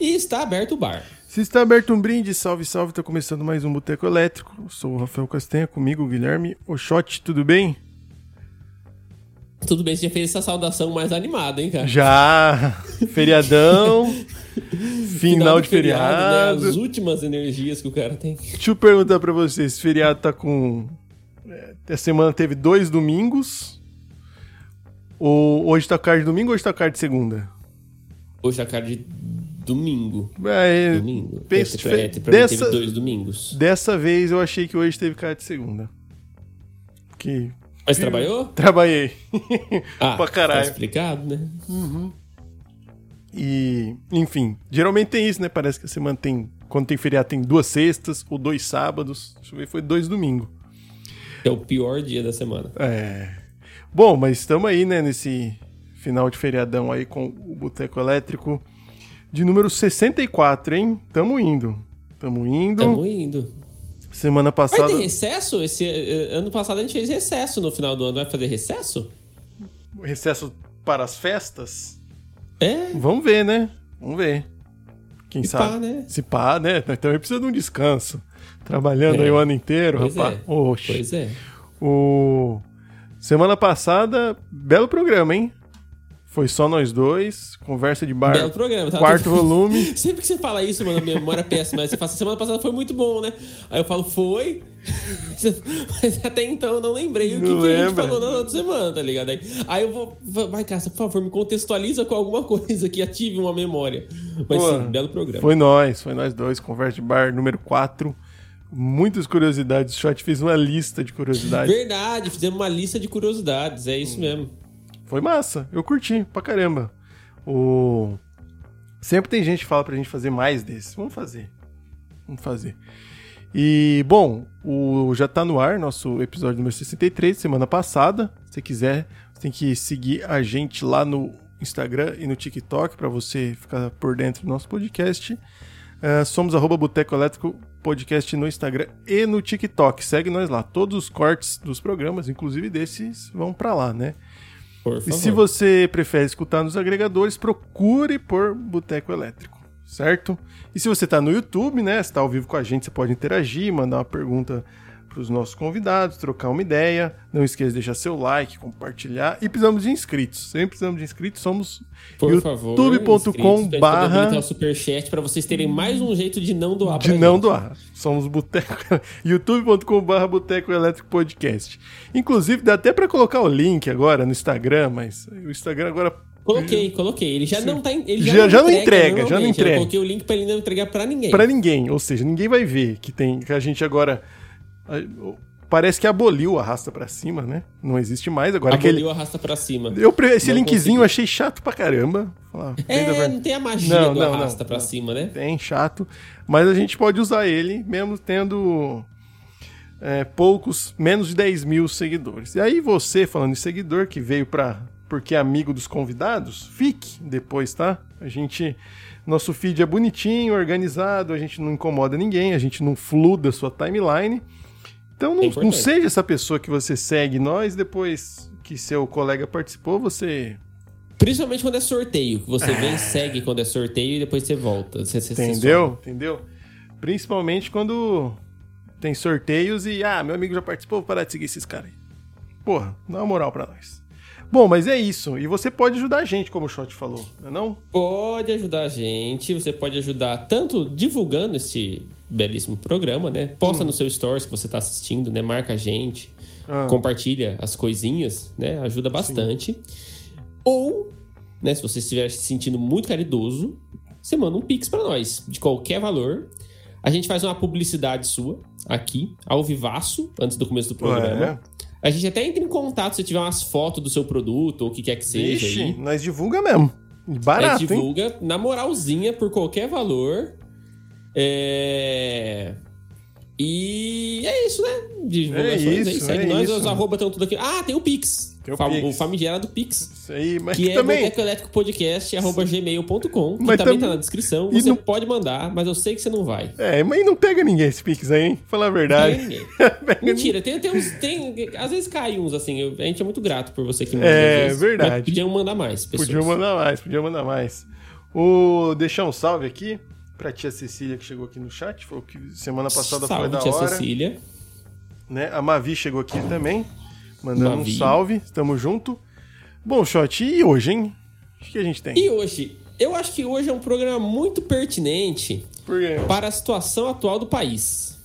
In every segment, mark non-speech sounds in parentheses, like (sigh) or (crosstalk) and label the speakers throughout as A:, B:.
A: está aberto o bar.
B: Se está aberto um brinde, salve, salve, tá começando mais um Boteco Elétrico. Eu sou o Rafael Castanha, comigo o Guilherme Oxote, tudo bem?
A: Tudo bem, você já fez essa saudação mais animada, hein, cara?
B: Já! Feriadão, (laughs) final de
A: do né? As
B: feriado.
A: últimas energias que o cara tem.
B: Deixa eu perguntar pra vocês, esse feriado tá com... é, Essa semana teve dois domingos, ou hoje tá card de domingo ou hoje tá card de segunda?
A: Hoje é a cara de domingo.
B: É, é,
A: Domingo.
B: penso
A: é, pra- é,
B: difer-
A: pra mim
B: dessa-
A: teve dois domingos.
B: Dessa vez eu achei que hoje teve cara de segunda. Porque
A: Mas trabalhou?
B: trabalhei. (laughs)
A: Ah,
B: Hum, pra caralho.
A: Tá explicado, né?
B: E, enfim, geralmente tem isso, né? Parece que a semana tem. Quando tem feriado, tem duas sextas ou dois sábados. Deixa eu ver, foi dois domingos.
A: É o pior dia da semana.
B: É. Bom, mas estamos aí, né, nesse final de feriadão aí com o Boteco Elétrico. De número 64, hein? Tamo indo. Tamo indo.
A: Tamo indo.
B: Semana
A: É Vai
B: passada.
A: ter recesso? Esse, eh, ano passado a gente fez recesso no final do ano. Vai fazer recesso?
B: Recesso para as festas?
A: É.
B: Vamos ver, né? Vamos ver. Quem
A: Se pá,
B: sabe?
A: né?
B: Se pá, né? Nós também precisamos de um descanso. Trabalhando
A: É.
B: aí o ano inteiro,
A: Pois
B: rapaz.
A: é.
B: Oxe.
A: Pois é.
B: O... Semana passada, belo programa, hein? Foi só nós dois, conversa de bar,
A: Belo programa. Tava
B: quarto
A: tudo-
B: volume.
A: (laughs) Sempre que você fala isso, mano, a minha memória é péssima. Aí você fala, semana passada foi muito bom, né? Aí eu falo, foi. (laughs) Mas até então eu não lembrei o que,
B: Não
A: que a gente
B: lembra.
A: falou na outra semana, tá ligado? Aí, aí eu vou. va- Vai, cara, por favor, me contextualiza com alguma (laughs) coisa que ative uma memória. Mas
B: Pô,
A: sim, belo programa.
B: Foi nós, foi nós dois, conversa de bar número 4. Muitas curiosidades. O Shot fez uma lista de curiosidades.
A: Verdade, fizemos uma lista de curiosidades, é
B: Hum.
A: isso mesmo.
B: Foi massa, eu curti pra caramba. O... Sempre tem gente que fala pra gente fazer mais desses. Vamos fazer. Vamos fazer. E, bom, o já tá no ar nosso episódio número 63, semana passada. Se quiser, você tem que seguir a gente lá no Instagram e no TikTok pra você ficar por dentro do nosso podcast. Ah, somos arroba Boteco Elétrico Podcast no Instagram e no TikTok. Segue nós lá. Todos os cortes dos programas, inclusive desses, vão pra lá, né?
A: Por
B: E
A: favor.
B: se você prefere escutar nos agregadores, procure por Boteco Elétrico, certo? E se você está no YouTube, né, está ao vivo com a gente, você pode interagir, mandar uma pergunta para os nossos convidados, trocar uma ideia. Não esqueça de deixar seu like, compartilhar. E precisamos de inscritos. Sempre precisamos de inscritos. Somos
A: Por favor, inscritos, pra gente tá poder habilitar o
B: youtube.com/barra
A: superchat para vocês terem mais um jeito de não doar pra
B: de não
A: gente.
B: doar. Somos boteco (laughs) youtube.com/barra Boteco Elétrico Podcast. Inclusive dá até para colocar o link agora no Instagram, mas o Instagram agora
A: Coloquei, coloquei. Ele já não tá. en- Ele já,
B: Já- já não entrega, já não
A: normalmente.
B: entrega.
A: Eu coloquei o link pra ele não entregar pra ninguém.
B: Pra ninguém, ou seja, ninguém vai ver que tem que a gente agora a- o- parece que aboliu o arrasta pra cima, né? Não existe mais agora
A: Aboliu,
B: aquele
A: arrasta pra cima.
B: eu pre- esse
A: Não
B: linkzinho
A: consegui.
B: eu achei chato pra caramba. Falar, venda
A: É,
B: ver-
A: não tem a magia
B: Não,
A: do
B: não,
A: arrasta
B: não,
A: pra
B: não.
A: cima, né?
B: Tem, É chato, mas a gente pode usar ele mesmo tendo é, poucos, menos de 10 mil seguidores. E aí você, falando em seguidor, que veio pra porque é amigo dos convidados, fique depois, tá? A gente, nosso feed é bonitinho, organizado, a gente não incomoda ninguém, a gente não fluda sua timeline. Então não,
A: É
B: não
A: importante.
B: seja essa pessoa que você segue nós, depois que seu colega participou, você
A: Principalmente quando é sorteio. que Você vem, segue quando é sorteio e depois você volta. Você, você- você
B: Ah. Entendeu? Entendeu? Principalmente quando tem sorteios e, ah, meu amigo já participou, vou parar de seguir esses caras aí. Porra, dá uma moral pra nós. Bom, mas é isso. E você pode ajudar a gente, como o Shot falou, não é não?
A: Pode ajudar a gente, você pode ajudar tanto divulgando esse belíssimo programa, né?
B: Hum.
A: Posta no seu stories que você tá assistindo, né? Marca a gente,
B: Ah.
A: é compartilha as coisinhas, né? Ajuda bastante. Ou, né, se você estiver se sentindo muito caridoso, você manda um pix pra nós, de qualquer valor. A gente faz uma publicidade sua aqui, ao vivaço, antes do começo do programa.
B: É.
A: A gente até entra em contato se tiver umas fotos do seu produto ou o que quer que seja aí.
B: Vixe, nós divulga mesmo. E
A: A
B: Barato,
A: gente
B: hein?
A: divulga na moralzinha por qualquer valor. É. E é isso, né? Divulgações
B: É isso,
A: aí, segue
B: é
A: nós,
B: isso.
A: os arroba estão tudo aqui. Ah, tem o Pix.
B: Tem o
A: Fam-
B: Pix.
A: O famigerado
B: (laughs)
A: Pix.
B: Isso aí, mas
A: Que
B: que
A: é
B: também.
A: botecoeletricopodcast, arroba gmail.com, que
B: Mas
A: também
B: tam-
A: tá na descrição.
B: e
A: Você
B: não-
A: pode mandar, mas eu sei que você não vai.
B: É, mas não pega ninguém esse Pix aí, hein? Falar a
A: Não tem
B: verdade.
A: ninguém.
B: (laughs)
A: Mentira, tem, tem uns. Tem, às vezes cai uns, assim. eu- a gente é muito grato por você que manda.
B: É,
A: às vezes,
B: verdade.
A: mas Podiam mandar mais, pessoas.
B: Podia mandar mais, podia mandar mais. O deixar um salve aqui Pra tia Cecília que chegou aqui no chat, falou que semana passada
A: Salve,
B: foi da
A: tia
B: hora.
A: Cecília.
B: né? A Mavi chegou aqui também, mandando
A: Mavi.
B: um salve, tamo junto. Bom, Shot, e hoje, hein? O que que a gente tem?
A: E hoje, eu acho que hoje é um programa muito pertinente
B: Por quê?
A: para a situação atual do país.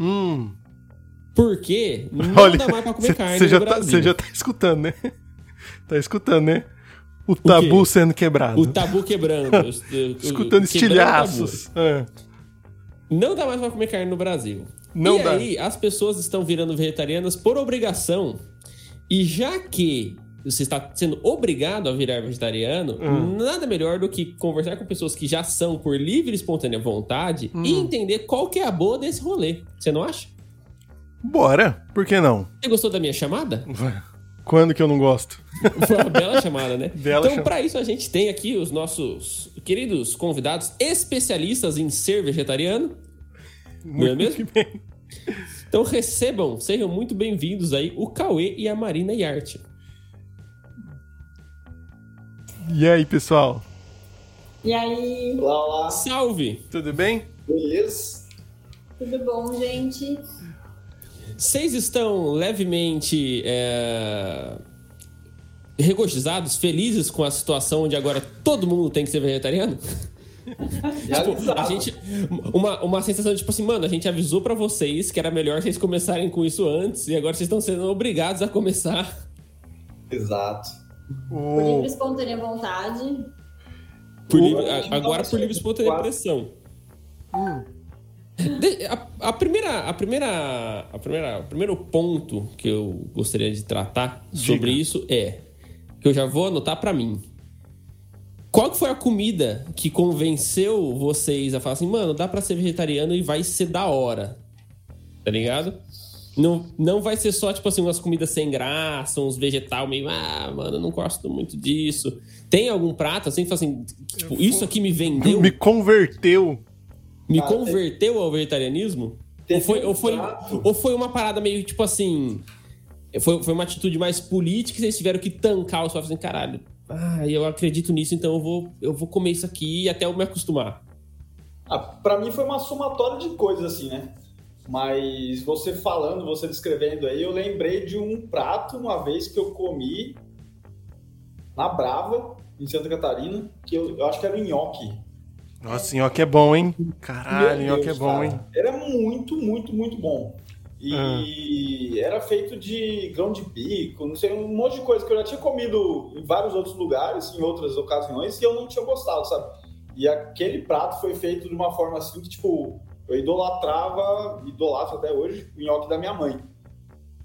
B: Hum, (laughs)
A: Porque não
B: olha,
A: dá mais pra comer
B: cê-
A: carne
B: cê
A: no
B: já tá,
A: Brasil.
B: cê já tá escutando, né? (laughs) Tá escutando, né? O tabu sendo quebrado.
A: O tabu quebrando. eu- eu- eu- quebrando
B: (laughs) Escutando
A: o
B: estilhaços. Ah,
A: tabu. Não dá mais pra comer carne no Brasil.
B: Não
A: e
B: dá.
A: aí, as pessoas estão virando vegetarianas por obrigação. E já que você está sendo obrigado a virar vegetariano,
B: Hum.
A: nada melhor do que conversar com pessoas que já são por livre e espontânea vontade
B: Hum.
A: e entender qual que é a boa desse rolê. Você não acha?
B: Bora, por que não?
A: Você gostou da minha
B: (laughs)
A: chamada?
B: Quando que eu não gosto?
A: Foi uma bela chamada, né?
B: Bela
A: então,
B: chamada.
A: para isso, a gente tem aqui os nossos queridos convidados especialistas em ser vegetariano. Não é mesmo?
B: bem.
A: Então, recebam, sejam muito bem-vindos aí, o Cauê e a Marina Yarte.
B: E aí, pessoal?
C: E aí,
D: Olá, olá,
A: Salve!
B: Tudo bem?
D: beleza?
C: tudo bom, gente?
A: Vocês estão levemente é, regozijados, felizes com a situação onde agora todo mundo tem que ser vegetariano?
D: Já
A: Tipo,
D: avisava.
A: a gente. Uma, uma sensação de tipo assim, mano, a gente avisou pra vocês que era melhor vocês começarem com isso antes e agora vocês estão sendo obrigados a começar.
D: Exato.
C: Por
B: O...
C: livre e espontânea vontade.
A: Por
D: O-
A: livre- a- agora por livre e espontânea pressão. De- a, a primeira, a primeira, a primeira, o primeiro ponto que eu gostaria de tratar sobre isso é que eu já vou anotar pra mim. Qual que foi a comida que convenceu vocês a falar assim, mano, dá pra ser vegetariano e vai ser da hora? Tá ligado? Não, não vai ser só, tipo assim, umas comidas sem graça, uns vegetal meio, ah, mano, eu não gosto muito disso. Tem algum prato assim que fala assim, tipo, isso aqui me vendeu, me,
B: Me converteu.
D: Ah, tem-
A: converteu ao vegetarianismo?
D: Teve
A: Ou foi, ou, foi,
D: um prato.
A: ou foi uma parada meio tipo assim. Foi, foi uma atitude mais política que vocês tiveram que tancar os falar assim, caralho, ah, eu acredito nisso, então eu vou, eu vou comer isso aqui até eu me acostumar.
D: Ah, pra mim foi uma somatória de coisas, assim, né? Mas você falando, você descrevendo aí, eu lembrei de um prato uma vez que eu comi na Brava, em Santa Catarina, que eu, eu acho que era um nhoque.
B: Nossa, nhoque é bom, hein?
D: Meu
B: Caralho, nhoque é
D: Deus,
B: bom,
D: cara.
B: hein?
D: Era muito, muito, muito bom.
B: Ah.
D: E era feito de grão de bico, não sei, um monte de coisa que eu já tinha comido em vários outros lugares, em outras ocasiões, e eu não tinha gostado, sabe? E aquele prato foi feito de uma forma assim que, tipo, eu idolatrava, idolatro até hoje, o nhoque da minha mãe.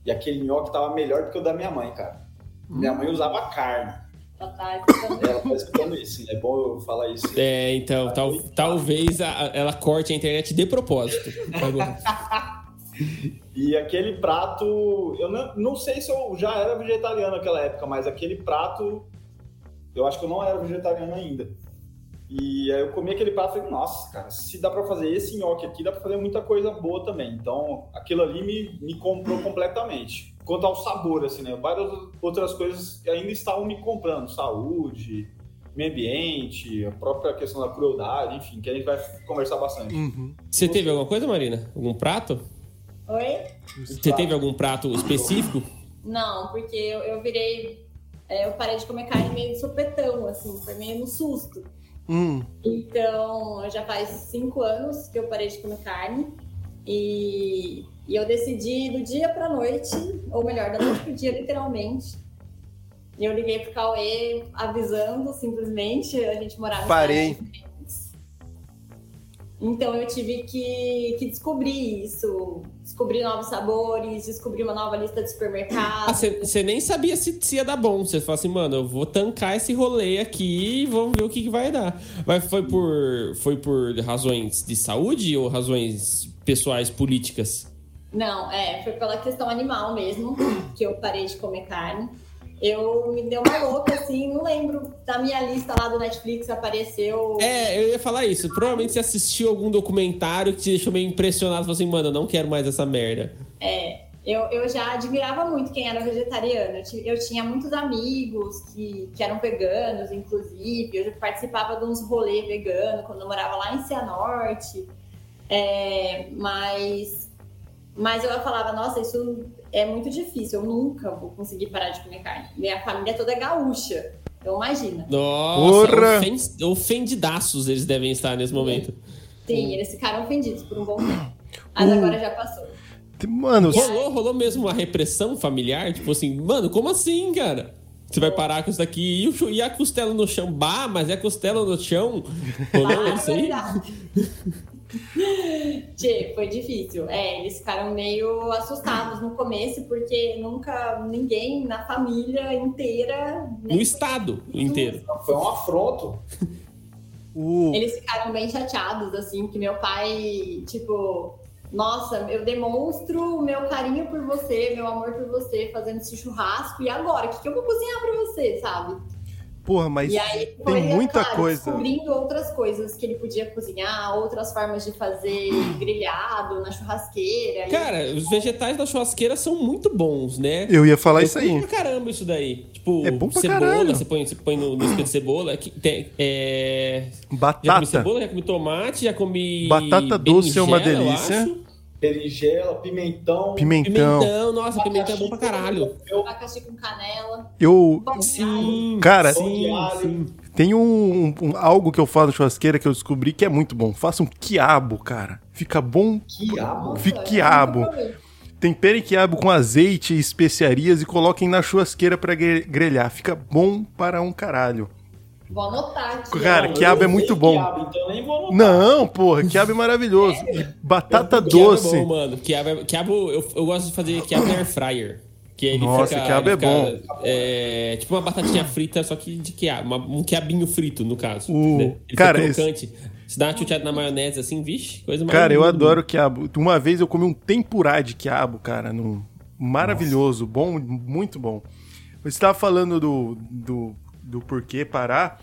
D: E aquele nhoque tava melhor do que o da minha mãe, cara.
B: Hum.
D: Minha mãe usava carne.
C: Tá, tá, escutando.
D: Ela tá escutando isso, é bom eu falar isso.
A: É, então, tal- talvez a- a- ela corte a internet de propósito. tá Agora,
D: E aquele prato, eu não, não sei se eu já era vegetariano naquela época, mas aquele prato, eu acho que eu não era vegetariano ainda. E aí eu comi aquele prato e falei, nossa, cara, se dá pra fazer esse nhoque aqui, dá pra fazer muita coisa boa também. Então, aquilo ali me, me comprou completamente. Quanto ao sabor, assim, né? Várias outras coisas ainda estavam me comprando. Saúde, meio ambiente, a própria questão da crueldade, enfim, que a gente vai conversar bastante.
B: Uhum.
A: Você teve alguma coisa, Marina? Algum prato?
C: Oi?
A: Você teve algum prato específico?
C: Não, porque eu, eu virei. é, eu parei de comer carne meio de sopetão, assim, foi meio no susto.
B: Hum.
C: Então, já faz cinco anos que eu parei de comer carne. E, e eu decidi do dia pra noite, ou melhor, da noite pro dia, literalmente. E eu liguei pro Cauê avisando, simplesmente, a gente morava em
B: Parei.
C: cidades diferentes. Então eu tive que, que descobrir isso, descobrir novos sabores, descobrir uma nova lista de supermercados.
A: Ah, você você nem sabia se, se ia dar bom. Você fala assim, mano, eu vou tancar esse rolê aqui e vamos ver o que, que vai dar. Mas foi por, foi por razões de saúde ou razões pessoais, políticas?
C: Não, é, foi pela questão animal mesmo que eu parei de comer carne. Eu me dei uma louca, assim, não lembro da minha lista lá do Netflix apareceu.
A: É, eu ia falar isso. Provavelmente você assistiu algum documentário que te deixou meio impressionado. Falou assim, mano, eu não quero mais essa merda.
C: É, Eu, eu já admirava muito quem era vegetariano. Eu, ti- eu tinha muitos amigos que, que eram veganos, inclusive. Eu já participava de uns rolê vegano quando eu morava lá em Cianorte. É, mas, mas eu falava, nossa, isso é muito difícil. Eu nunca vou conseguir parar de comer carne. Minha família toda é gaúcha. Então imagina.
A: Nossa,
B: Porra!
A: ofen ofendidaços eles devem estar nesse momento.
C: Sim, eles ficaram ofendidos por um bom tempo. Mas
B: Uh.
C: agora já passou.
B: Mano,
A: Rolou, rolou mesmo uma repressão familiar, tipo assim, mano, como assim, cara? Você vai parar com isso daqui e, o chu- e a costela no chão? Bah, mas é a costela no chão? Rolou isso aí?
C: (laughs) Tchê, foi difícil. É, eles ficaram meio assustados no começo, porque nunca ninguém na família inteira. né,
A: No
C: nem-
A: estado inteiro.
D: Foi um afronto.
B: o...
C: Eles ficaram bem chateados, assim, que meu pai, tipo, nossa, eu demonstro o meu carinho por você, meu amor por você, fazendo esse churrasco, e agora? O que, que eu vou cozinhar pra você, sabe?
B: Porra, mas
C: E aí
B: tem
C: foi, é
B: muita
C: claro,
B: coisa.
C: descobrindo outras coisas que ele podia cozinhar, outras formas
B: (clears throat)
C: de fazer grelhado na churrasqueira. e-
A: Cara, os vegetais da churrasqueira são muito bons, né?
B: eu ia falar isso
A: curto
B: aí.
A: pra caramba isso daí. Tipo,
B: É bom pra
A: cebola,
B: caralho.
A: você põe, você põe no, no espeto de cebola. que tem- é, já comi
B: Batata.
A: cebola, já comi tomate, já comi.
B: Batata doce é uma
A: berinjela, eu
B: delícia. Então.
A: acho.
D: Berinjela, pimentão.
B: Pimentão.
A: Pimentão, nossa, pimentão é bom pra caralho.
C: Abacaxi com canela.
B: Eu.
C: Bom,
A: Sim,
B: Cara,
A: sim,
D: Pão de
A: sim.
B: Tem um, um- um- algo que eu falo na churrasqueira que eu descobri que é muito bom. Faça um quiabo, cara. Fica bom.
D: Quiabo.
B: Fica
C: eu
B: quiabo.
C: nunca comi.
B: Tempere quiabo com azeite e especiarias e coloquem na churrasqueira pra gre- grelhar. Fica bom para um caralho.
C: Vou anotar aqui.
B: Cara,
C: ó.
D: Eu
B: quiabo é
D: sei
B: muito bom.
D: Quiabo, então nem vou anotar.
B: Não, porra, quiabo é maravilhoso. E batata
A: Quiabo
B: Tá doce.
A: É bom, mano. Quiabo, é- quiabo- eu, eu gosto de fazer quiabo na air fryer. Que ele
B: Nossa,
A: fica,
B: quiabo
A: ele
B: é bom.
A: fica, é, tipo uma batatinha frita, só que de quiabo. uma- um quiabinho frito, no caso.
B: O-
A: né? Ele
B: cara,
A: fica crocante. Se dá uma chuteada na maionese assim, vixe, coisa mais
B: Cara, eu
A: linda.
B: adoro quiabo. Uma vez eu comi um tempurá de quiabo, cara. num- Maravilhoso, bom, muito bom. Você estava falando do, do, do porquê parar.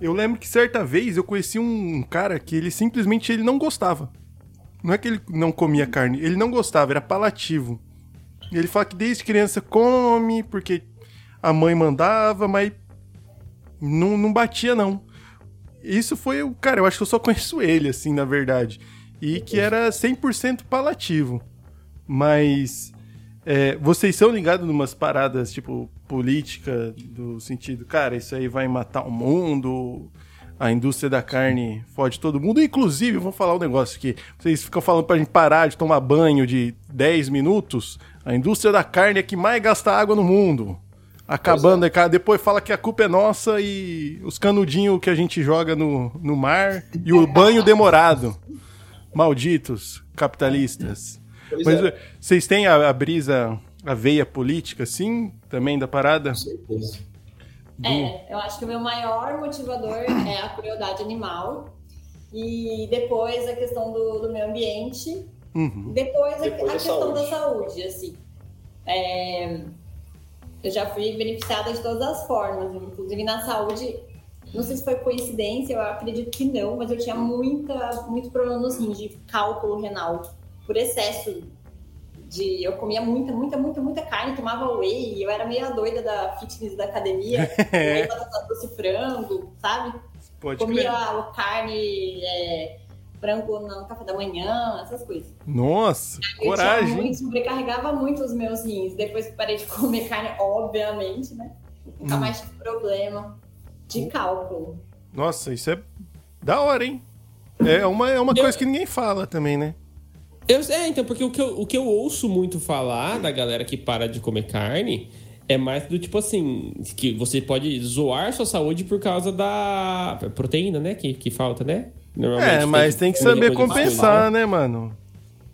B: Eu lembro que certa vez eu conheci um cara que ele simplesmente ele não gostava. Não é que ele não comia carne, ele não gostava, era palativo. E Ele fala que desde criança come, porque a mãe mandava, mas não, não batia, não. Isso foi o. Cara, eu acho que eu só conheço ele, assim, na verdade. E que era 100% palativo. Mas. é, vocês são ligados numas paradas, tipo, política, do sentido, cara, isso aí vai matar o mundo, a indústria da carne fode todo mundo. Inclusive, eu vou falar um negócio aqui. Vocês ficam falando pra gente parar de tomar banho de 10 minutos. A indústria da carne é que mais gasta água no mundo. Acabando, aí, cara. Depois fala que a culpa é nossa e os canudinhos que a gente joga no, no mar e o banho demorado. Malditos capitalistas.
D: Pois
B: Mas
D: é.
B: eh, vocês têm a, a brisa, a veia política, assim, também da parada?
D: certeza.
C: É, eu acho que o meu maior motivador é a crueldade animal. E depois a questão do, do meio ambiente.
B: Uhum.
C: Depois, a-
D: Depois
C: a,
D: da
C: questão
D: saúde.
C: da saúde, assim. É, eu já fui beneficiada de todas as formas, inclusive na saúde. Não sei se foi coincidência, eu acredito que não, mas eu tinha muita, muito problema nos rins de cálculo renal por excesso de eu comia muita, muita, muita, muita carne, tomava whey, eu era meio a doida da fitness da academia, comia batata doce e frango, sabe?
B: Pode
C: comia carne, é, frango no café da manhã, essas coisas.
B: Nossa,
C: Eu tinha
B: coragem. hein?
C: é muito, sobrecarregava muito os meus rins. Depois que parei de (laughs) comer carne, obviamente, né? Nunca
B: Hum.
C: mais tive problema de cálculo.
B: Nossa, isso é da hora, hein? É uma, é uma coisa que ninguém fala também, né?
A: Eu- é, então, porque o que, eu, o que eu ouço muito falar da galera que para de comer carne é mais do tipo assim, que você pode zoar sua saúde por causa da proteína, né? Que, que falta, né? Normalmente
B: É, mas tem que
A: comer
B: saber
A: coisa de
B: compensar, né, mano?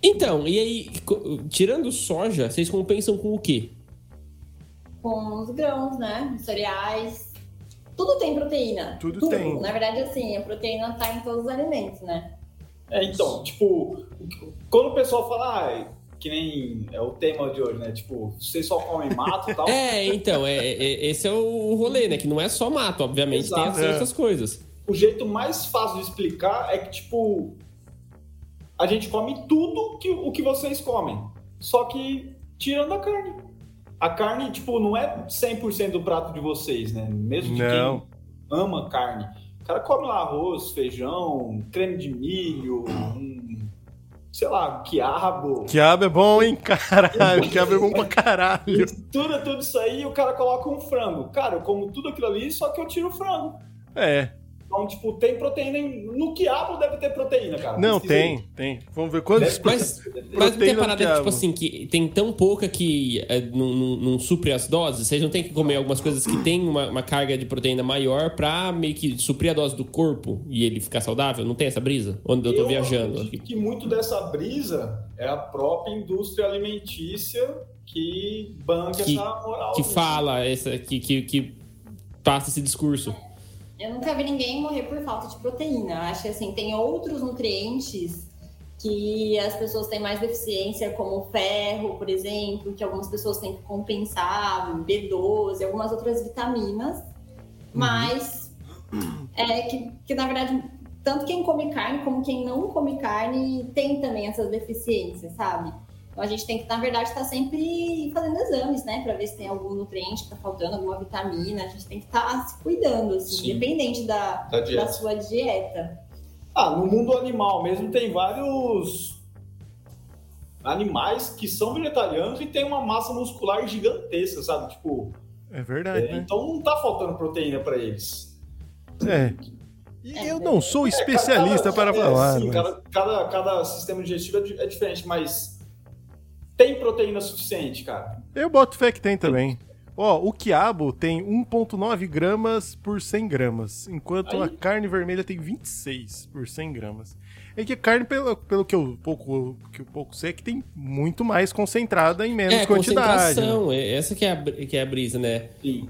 A: Então, e aí, co- tirando soja, vocês compensam com o quê?
C: Com os grãos, né? Os cereais. Tudo tem proteína.
B: Tudo tem.
C: Na verdade, assim, a proteína tá em todos os alimentos, né?
D: É, então, tipo, quando o pessoal fala, ah, que nem é o tema de hoje, né? Tipo, vocês só comem mato e
A: (laughs)
D: tal.
A: É, então, é, é- esse é o rolê, né? Que não é só mato, obviamente, tem
D: Exato.
A: as outras coisas.
D: O jeito mais fácil de explicar é que, tipo, a gente come tudo que, o que vocês comem. Só que tirando a carne. A carne, tipo, não é 100% do prato de vocês, né? Mesmo de
B: Não.
D: quem ama carne. O cara come lá arroz, feijão, creme de milho, um, sei lá, quiabo.
B: Quiabo é bom, hein? (laughs) Caralho, quiabo é bom pra caralho.
D: Mistura tudo isso aí e o cara coloca um frango. Cara, eu como tudo aquilo ali, só que eu tiro o frango.
B: É.
D: Então, tipo, tem proteína. em- No quiabo deve ter proteína, cara.
B: Não,
D: Pesquisa aí.
B: tem, tem. Vamos ver quantos.
D: Deve-
A: Mas, mas não tem
B: Proteína
A: parada que,
B: quiabo.
A: tipo assim, que tem tão pouca que é, não, não- não supre as doses? Vocês não tem que comer algumas coisas que tem uma, uma carga de proteína maior pra meio que suprir a dose do corpo e ele ficar saudável? Não tem essa brisa? Onde eu tô viajando?
D: acredito que muito dessa brisa é a própria indústria alimentícia que banca
A: Que-
D: essa moral.
A: Que fala, essa, que, que, que passa esse discurso.
C: Eu nunca vi ninguém morrer por falta de proteína. Eu Acho que assim, tem outros nutrientes que as pessoas têm mais deficiência, como o ferro, por exemplo, que algumas pessoas têm que compensar, B12, algumas outras vitaminas.
D: Uhum.
C: Mas é que, que, na verdade, tanto quem come carne como quem não come carne tem também essas deficiências, sabe? Então a gente tem que, na verdade, estar sempre fazendo exames, né? Pra ver se tem algum nutriente que tá faltando, alguma vitamina. A gente tem que estar se cuidando, assim,
D: Sim.
C: independente da,
D: Da
C: da
D: dieta.
C: sua dieta.
D: Ah, no mundo animal mesmo tem vários animais que são vegetarianos e tem uma massa muscular gigantesca, sabe? Tipo,
B: É verdade,
D: é,
B: né?
D: então não tá faltando proteína pra eles.
B: É. E eu não sou especialista
D: Cada-
B: para
D: é,
B: falar. né?
D: sim,
B: mas-
D: cada, cada, cada sistema digestivo é, di- é diferente, mas tem proteína suficiente, cara.
B: Eu boto fé que tem também. Ó, o quiabo tem 1,9 gramas por 100 gramas, enquanto a
D: Aí.
B: carne vermelha tem 26 por 100 gramas. É que a carne, pelo, pelo que eu pouco, que eu pouco sei, é que tem muito mais concentrada em menos
A: é,
B: quantidade. né?
A: concentração. é- Essa que é, a, br- que é a brisa, né?
D: Sim.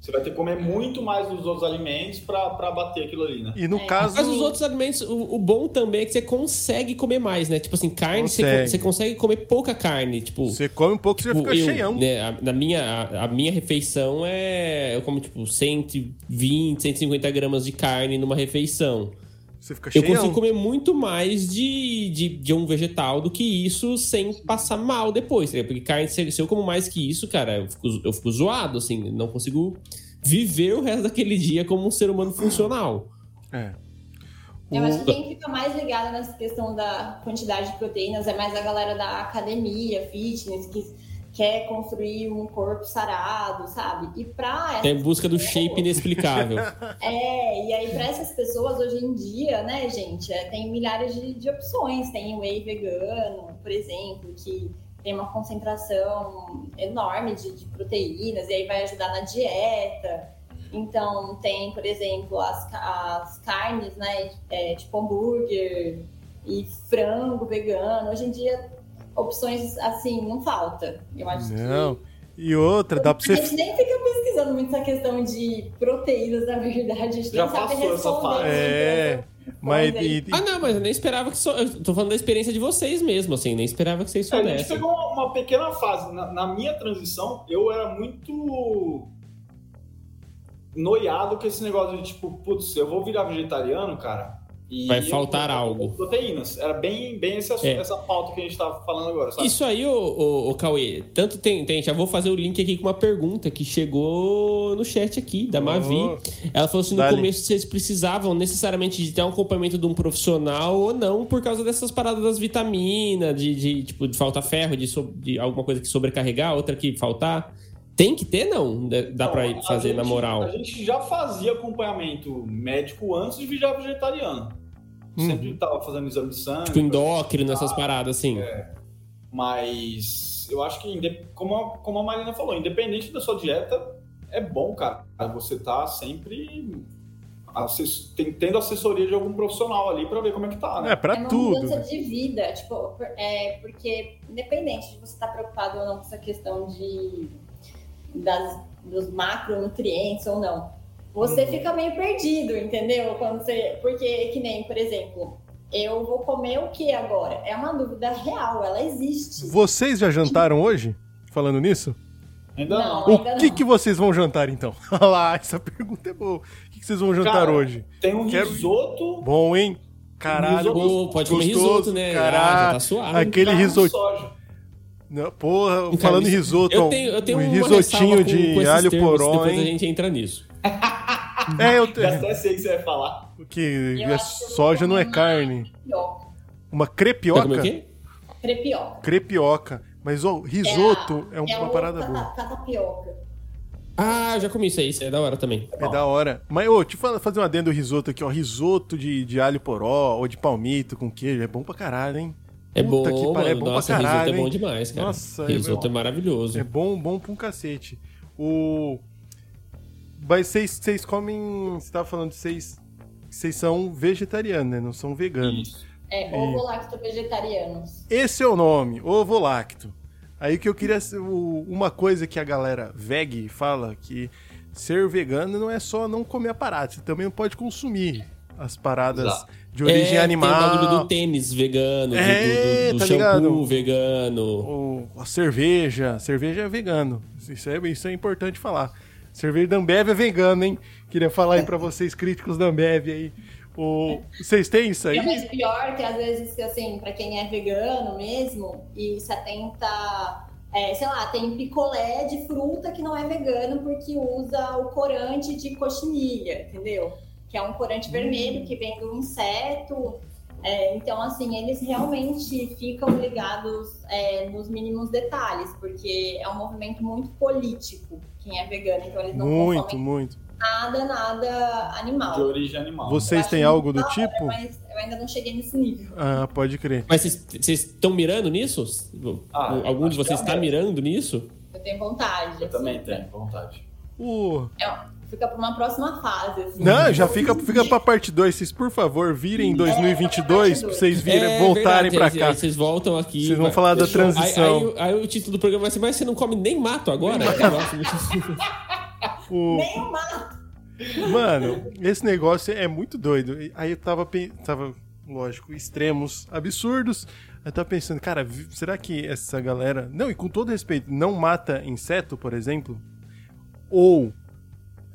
D: Você vai ter que comer muito mais dos outros alimentos pra pra bater aquilo ali, né?
B: E no
C: É.
B: caso.
A: Mas os outros alimentos, o, o bom também é que você consegue comer mais, né? Tipo assim, carne, você,
B: Consegue.
A: con- você consegue comer pouca carne, tipo...
B: Você come um pouco e você
A: Tipo,
B: fica
A: eu,
B: cheião.
A: né, a, na minha, a, a minha refeição é. Eu como, tipo, 120, 150 gramas de carne numa refeição.
B: Você fica
A: Eu
B: cheião.
A: consigo comer muito mais de, de, de um vegetal do que isso sem passar mal depois. tá ligado? Porque carne, se, se eu como mais que isso, cara, eu fico, eu fico zoado, assim. Não consigo viver o resto daquele dia como um ser humano funcional.
B: É.
C: Eu
B: O-
C: acho que quem fica mais ligado nessa questão da quantidade de proteínas é mais a galera da academia, fitness, que quer construir um corpo sarado, sabe? E pra
A: É em busca do shape inexplicável.
C: É, e aí para essas pessoas hoje em dia, né, gente, é, tem milhares de, de opções. Tem whey vegano, por exemplo, que tem uma concentração enorme de, de proteínas e aí vai ajudar na dieta. Então tem, por exemplo, as, ca- as carnes, né, é, tipo hambúrguer e frango vegano. Hoje em dia opções assim não falta. Eu acho
B: Não.
C: que
B: E outra, dá pra
C: a
B: você
C: gente nem fica pesquisando muito essa questão de proteínas, na verdade. A gente
D: Já
C: nem sabe
D: passou essa fase.
C: responder.
B: É, mas
C: Mas aí-
B: e-
A: ah, não, mas eu nem esperava que só. Eu tô falando da experiência de vocês mesmo, assim. Nem esperava que vocês
D: É, a gente
A: soubessem.
D: pegou uma, uma pequena fase. Na, na minha transição, eu era muito noiado com esse negócio de tipo, putz, eu vou virar vegetariano, cara. e
A: Vai
D: eu
A: faltar
D: vou-
A: algo.
D: Proteínas. Era bem, bem esse assunto,
A: É.
D: essa pauta que a gente tava falando agora, sabe?
A: Isso aí, ô, ô, ô, Cauê, tanto tem, tem. Já vou fazer o link aqui com uma pergunta que chegou no chat aqui, da Mavi.
B: Oh.
A: Ela falou assim: no
B: Dá-lhe.
A: começo vocês precisavam necessariamente de ter um acompanhamento de um profissional ou não, por causa dessas paradas das vitaminas, de, de, tipo, de falta ferro, de, so- de alguma coisa que sobrecarregar, outra que faltar. Tem que ter, não? Dá dá
D: Então,
A: pra
D: a
A: fazer na
D: gente-
A: moral.
D: A gente já fazia acompanhamento médico antes de virar vegetariano.
B: Uhum.
D: Sempre tava fazendo exame de sangue.
A: Tipo, endócrino, essas paradas, assim.
D: Mas eu acho que, inde- como a, como a Marina falou, independente da sua dieta, é bom, cara. Você tá sempre assess- tem- tendo assessoria de algum profissional ali pra ver como é que tá, né?
B: é pra
C: é uma
B: tudo.
C: mudança de vida, tipo, por- é, porque independente de você estar preocupado ou não com essa questão de das, dos macronutrientes ou não,
B: Uhum.
C: você fica meio perdido, entendeu? Quando você, porque que nem, por exemplo, eu vou comer o que agora? É uma dúvida real, ela existe.
B: Vocês já jantaram hoje? Falando nisso? É.
D: Ainda não.
C: Não.
B: O
C: ainda
B: que, que vocês vão jantar então? (laughs) Olha lá, essa pergunta é boa. O que, que vocês vão jantar
D: Cara,
B: hoje?
D: Tem um
B: Quero-
D: risoto
B: Bom, hein? Caralho.
D: Risoto.
A: Pô, pode comer
B: gostoso,
A: risoto, né? Ah, já
B: caralho.
A: tá suave.
B: Aquele
D: com carne de
B: risotinho.
D: soja.
B: Não, Porra,
A: Então,
B: falando em
A: isso-
B: risoto,
A: Eu
B: ó,
A: tenho, eu tenho
B: um
A: uma ressalva
B: risotinho
A: com-
B: de
A: com esses
B: alho
A: termos,
B: poró,
A: Depois a
B: hein?
A: gente entra nisso.
B: É, eu
D: Eu
B: tenho.
D: até sei o que você vai falar.
B: Que
C: Eu
B: é
C: acho que eu vou
B: soja não é
C: comer
B: carne.
C: Crepioca.
B: Uma
A: Tá comendo o
B: crepioca?
A: quê? é?
C: Crepioca.
B: Crepioca. Mas, ó, risoto é,
C: a-
B: uma
C: o
B: parada
C: ta-
B: boa.
C: ta- tapioca.
A: Ah, eu já comi isso aí, isso é da hora também.
B: É da hora. Mas, ô, deixa eu fa- fazer uma adendo do risoto aqui, ó. Risoto de, de alho poró ou de palmito com queijo. É bom pra caralho, hein?
A: É
B: Puta
A: bom,
B: que pariu,
A: mano.
B: é bom pra
A: Nossa, risoto
B: caralho,
A: é bom
B: hein?
A: demais, cara.
B: Nossa, é
A: risoto é,
B: bom.
A: maravilhoso.
B: É bom, bom pra um cacete. O. Mas vocês- vocês comem. Você tava falando de vocês. Vocês são vegetarianos, né? Não são veganos.
C: É, ovo lacto vegetarianos.
B: Esse é o nome, ovo lacto. Aí que eu queria. o- Uma coisa que a galera veg fala que ser vegano não é só não comer a parada, você também pode consumir as paradas
D: Exato.
B: de origem
A: é, Tem o bagulho
B: animal,
A: do tênis vegano, do-
B: É,
A: do, do,
B: tá
A: shampoo
B: ligado?
A: vegano.
B: ou a cerveja. Cerveja é vegano. Isso é, isso é importante falar. Cerveja da Ambev é vegano, hein? Queria falar aí pra vocês, críticos da Ambev aí. O, vocês têm É isso
C: E o
B: aí?
C: mais pior que às vezes, assim, pra quem é vegano mesmo e se atenta, é, sei lá, tem picolé de fruta que não é vegano porque usa o corante de coxinilha, entendeu? Que é um corante
B: Hum.
C: vermelho que vem do inseto. É, então, assim, eles realmente ficam ligados é, nos mínimos detalhes, porque é um movimento muito político quem é vegano. Então, eles não
B: Muito,
C: consomem
B: muito.
C: nada, nada animal.
D: De origem animal. né?
B: Vocês
C: acho né?
B: têm
C: muito
B: algo do
C: da hora,
B: tipo?
C: Mas eu ainda não cheguei nesse nível.
B: Ah, pode crer.
A: Mas vocês- vocês estão mirando nisso?
D: Ah, eu
A: Algum de
D: acho que
A: vocês
D: é
A: está
D: mesmo.
A: mirando nisso?
C: Eu tenho vontade.
D: Eu
C: assim. É um,
D: também tenho vontade.
B: O
C: Fica pra uma próxima fase, assim.
B: Não, já fica, fica pra parte 2. Vocês, por favor, virem em 2022 pra vocês virem,
A: É
B: voltarem
A: verdade,
B: pra
A: aí-
B: cá.
A: aí Vocês voltam aqui.
B: Vocês vão
A: vai.
B: falar da
A: Fechou. Aí-
B: transição.
A: Aí, aí o título do programa vai ser, mas você não come nem mato agora? né?
B: (laughs) O-
C: Nem o mato.
B: Mano, esse negócio é muito doido. E Aí eu tava, pen- tava lógico, extremos absurdos. Eu tava pensando, cara, vi- será que essa galera. Não, e com todo respeito, não mata inseto, por exemplo? Ou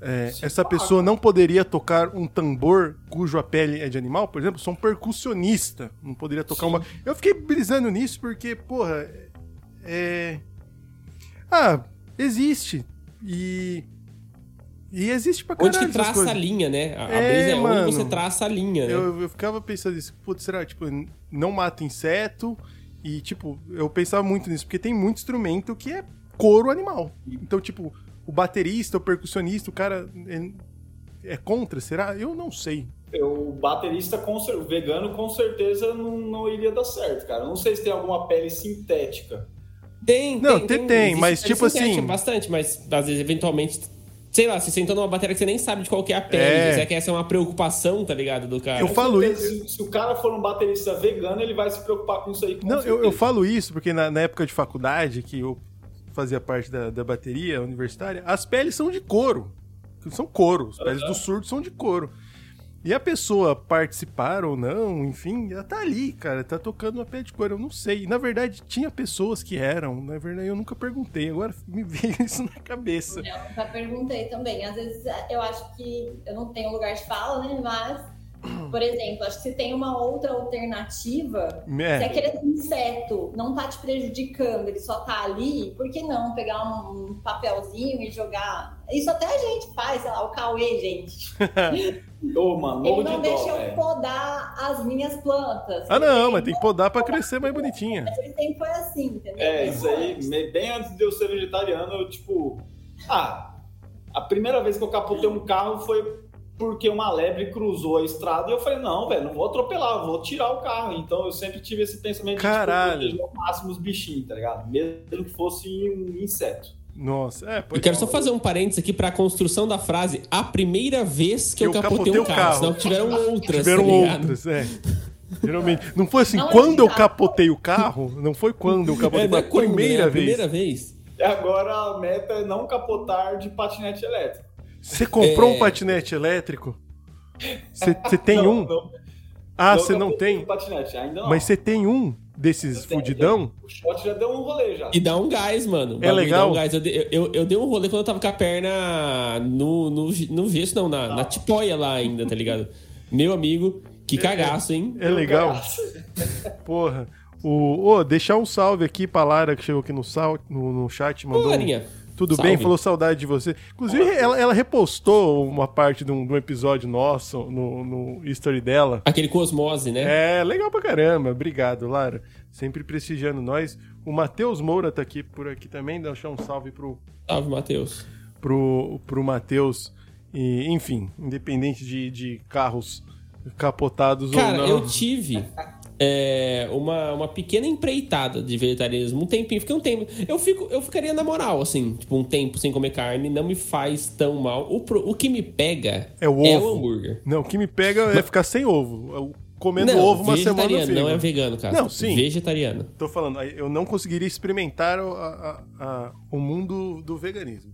B: é, essa pessoa não poderia tocar um tambor cujo a pele é de animal, por exemplo? Sou um percussionista. Não poderia tocar uma. Eu fiquei brisando nisso porque, porra. É. Ah, existe. E. E existe pra
A: Onde
B: caralho
A: que
B: essas
A: traça
B: coisas.
A: a linha, né? A a
B: É,
A: brisa é
B: mano.
A: onde você traça a linha, né?
B: Eu, eu ficava pensando isso, putz, será, tipo, n- não mata inseto? E, tipo, eu pensava muito nisso, porque tem muito instrumento que é couro animal. Então, tipo, o baterista, o percussionista, o cara ele é, contra, será? Eu não sei.
D: Eu, baterista com cer- vegano com certeza não, não iria dar certo, cara. Eu Não sei se tem alguma pele sintética.
A: Tem,
B: Não, tem, tem,
A: Existe-
B: mas,
A: existe
B: tipo assim-
A: teste Bastante, mas às vezes, eventualmente, sei lá, você sentou numa bateria que você nem sabe de qual que é a pele.
B: É.
A: Isso é que essa é uma preocupação, tá ligado, do cara.
B: Eu falo isso.
D: Se, se o cara for um baterista vegano, ele vai se preocupar com isso aí. com
B: Não, eu, eu
D: certeza.
B: falo isso porque na, na época de faculdade, que eu fazia parte da, da bateria universitária, as peles são de couro. São couro. As peles do surdo são de couro. E a pessoa participar ou não, enfim, ela tá ali, cara, tá tocando uma pele de couro. Eu não sei. Na verdade, tinha pessoas que eram. Na verdade, eu nunca perguntei. Agora (laughs) me veio isso na cabeça.
C: Eu Então, já perguntei também. Às vezes é, eu acho que eu não tenho lugar de fala, né?
B: (clears throat)
C: Mas, por exemplo, acho que se tem uma outra alternativa. Se
B: É,
C: aquele inseto não tá te prejudicando, ele só tá ali, por que não pegar um papelzinho e jogar? Isso até a gente faz, sei lá, o Cauê, gente.
D: Ô, mano,
C: Ele
D: morro de
C: não
D: dó, é.
C: deixa eu
D: velho.
C: podar as minhas plantas.
B: Ah, não, mas tem que podar pra crescer mais bonitinha.
C: Aquele tempo foi assim, entendeu?
D: É, isso aí, me- bem antes de eu ser vegetariano, eu, tipo. Ah, a primeira vez que eu capotei um carro foi porque uma lebre cruzou a estrada e eu falei: não, velho, não vou atropelar, eu vou tirar o carro. Então eu sempre tive esse pensamento
B: Caralho.
D: de tipo, proteger ao máximo os bichinhos, tá ligado? Mesmo que fosse um inseto.
B: Nossa, é,
A: Eu
B: pode
A: quero só fazer um parênteses aqui pra construção da frase a primeira vez que,
B: Que
A: eu
B: eu
A: capotei
B: capotei
A: um
B: o
A: carro.
B: carro.
A: Senão tiveram outras,
B: Tiveram
A: tá ligado?
B: outras, é. Geralmente. Não foi assim,
C: Não é
B: quando eu
C: bizarro.
B: capotei o carro, não foi quando eu
A: É,
B: capotei o
A: não
B: carro,
A: é quando, né?
B: primeira
A: A
B: vez.
A: Primeira vez.
D: E agora a meta é não capotar de patinete elétrico.
B: Você comprou
A: É.
B: um patinete elétrico? Você você tem
D: Não,
B: um?
D: não,
B: ah, você não
D: capotei
B: tem?
D: de Patinete, ainda não.
B: Mas você tem um desses
D: Eu tenho,
B: fudidão?
D: O shot já deu um rolê já.
A: E dá um gás, mano. O
B: É
A: bagulho
B: legal?
A: dá um gás. Eu, dei- eu, eu dei um rolê quando eu tava com a perna no, no, ge- no gesso, não, na, na tipóia lá ainda, tá ligado? Meu amigo, que cagaço, hein?
B: É legal? Porra. O, ô, deixar um salve aqui pra Lara, que chegou aqui no, sal, no, no chat,
A: Ô,
B: mandou. um-
A: Larinha.
B: Tudo
A: salve.
B: bem? Falou saudade de você. Inclusive, ela, ela repostou uma parte de um, de um episódio nosso no, no history dela.
A: Aquele Cosmose, né?
B: É, legal pra caramba. Obrigado, Lara. Sempre prestigiando nós. O Matheus Moura tá aqui por aqui também. Deixar um salve pro,
A: Salve, Matheus.
B: pro, pro Matheus. E, enfim, independente de, de carros capotados
A: Cara,
B: ou não.
A: eu tive é, uma, uma pequena empreitada de vegetarianismo. Um tempinho, fiquei um tempo. Eu, fico, eu ficaria na moral, assim, tipo, um tempo sem comer carne não me faz tão mal. O, pro- o que me pega
B: É o ovo.
A: hambúrguer.
B: Não, o que me pega é ficar sem ovo. Eu comendo
A: não,
B: ovo uma semana eu
A: vegetariano,
B: fico.
A: não é vegano, cara.
B: Não, sim.
A: Vegetariano.
B: Tô falando, eu não conseguiria experimentar o, a- a- a- o mundo do veganismo.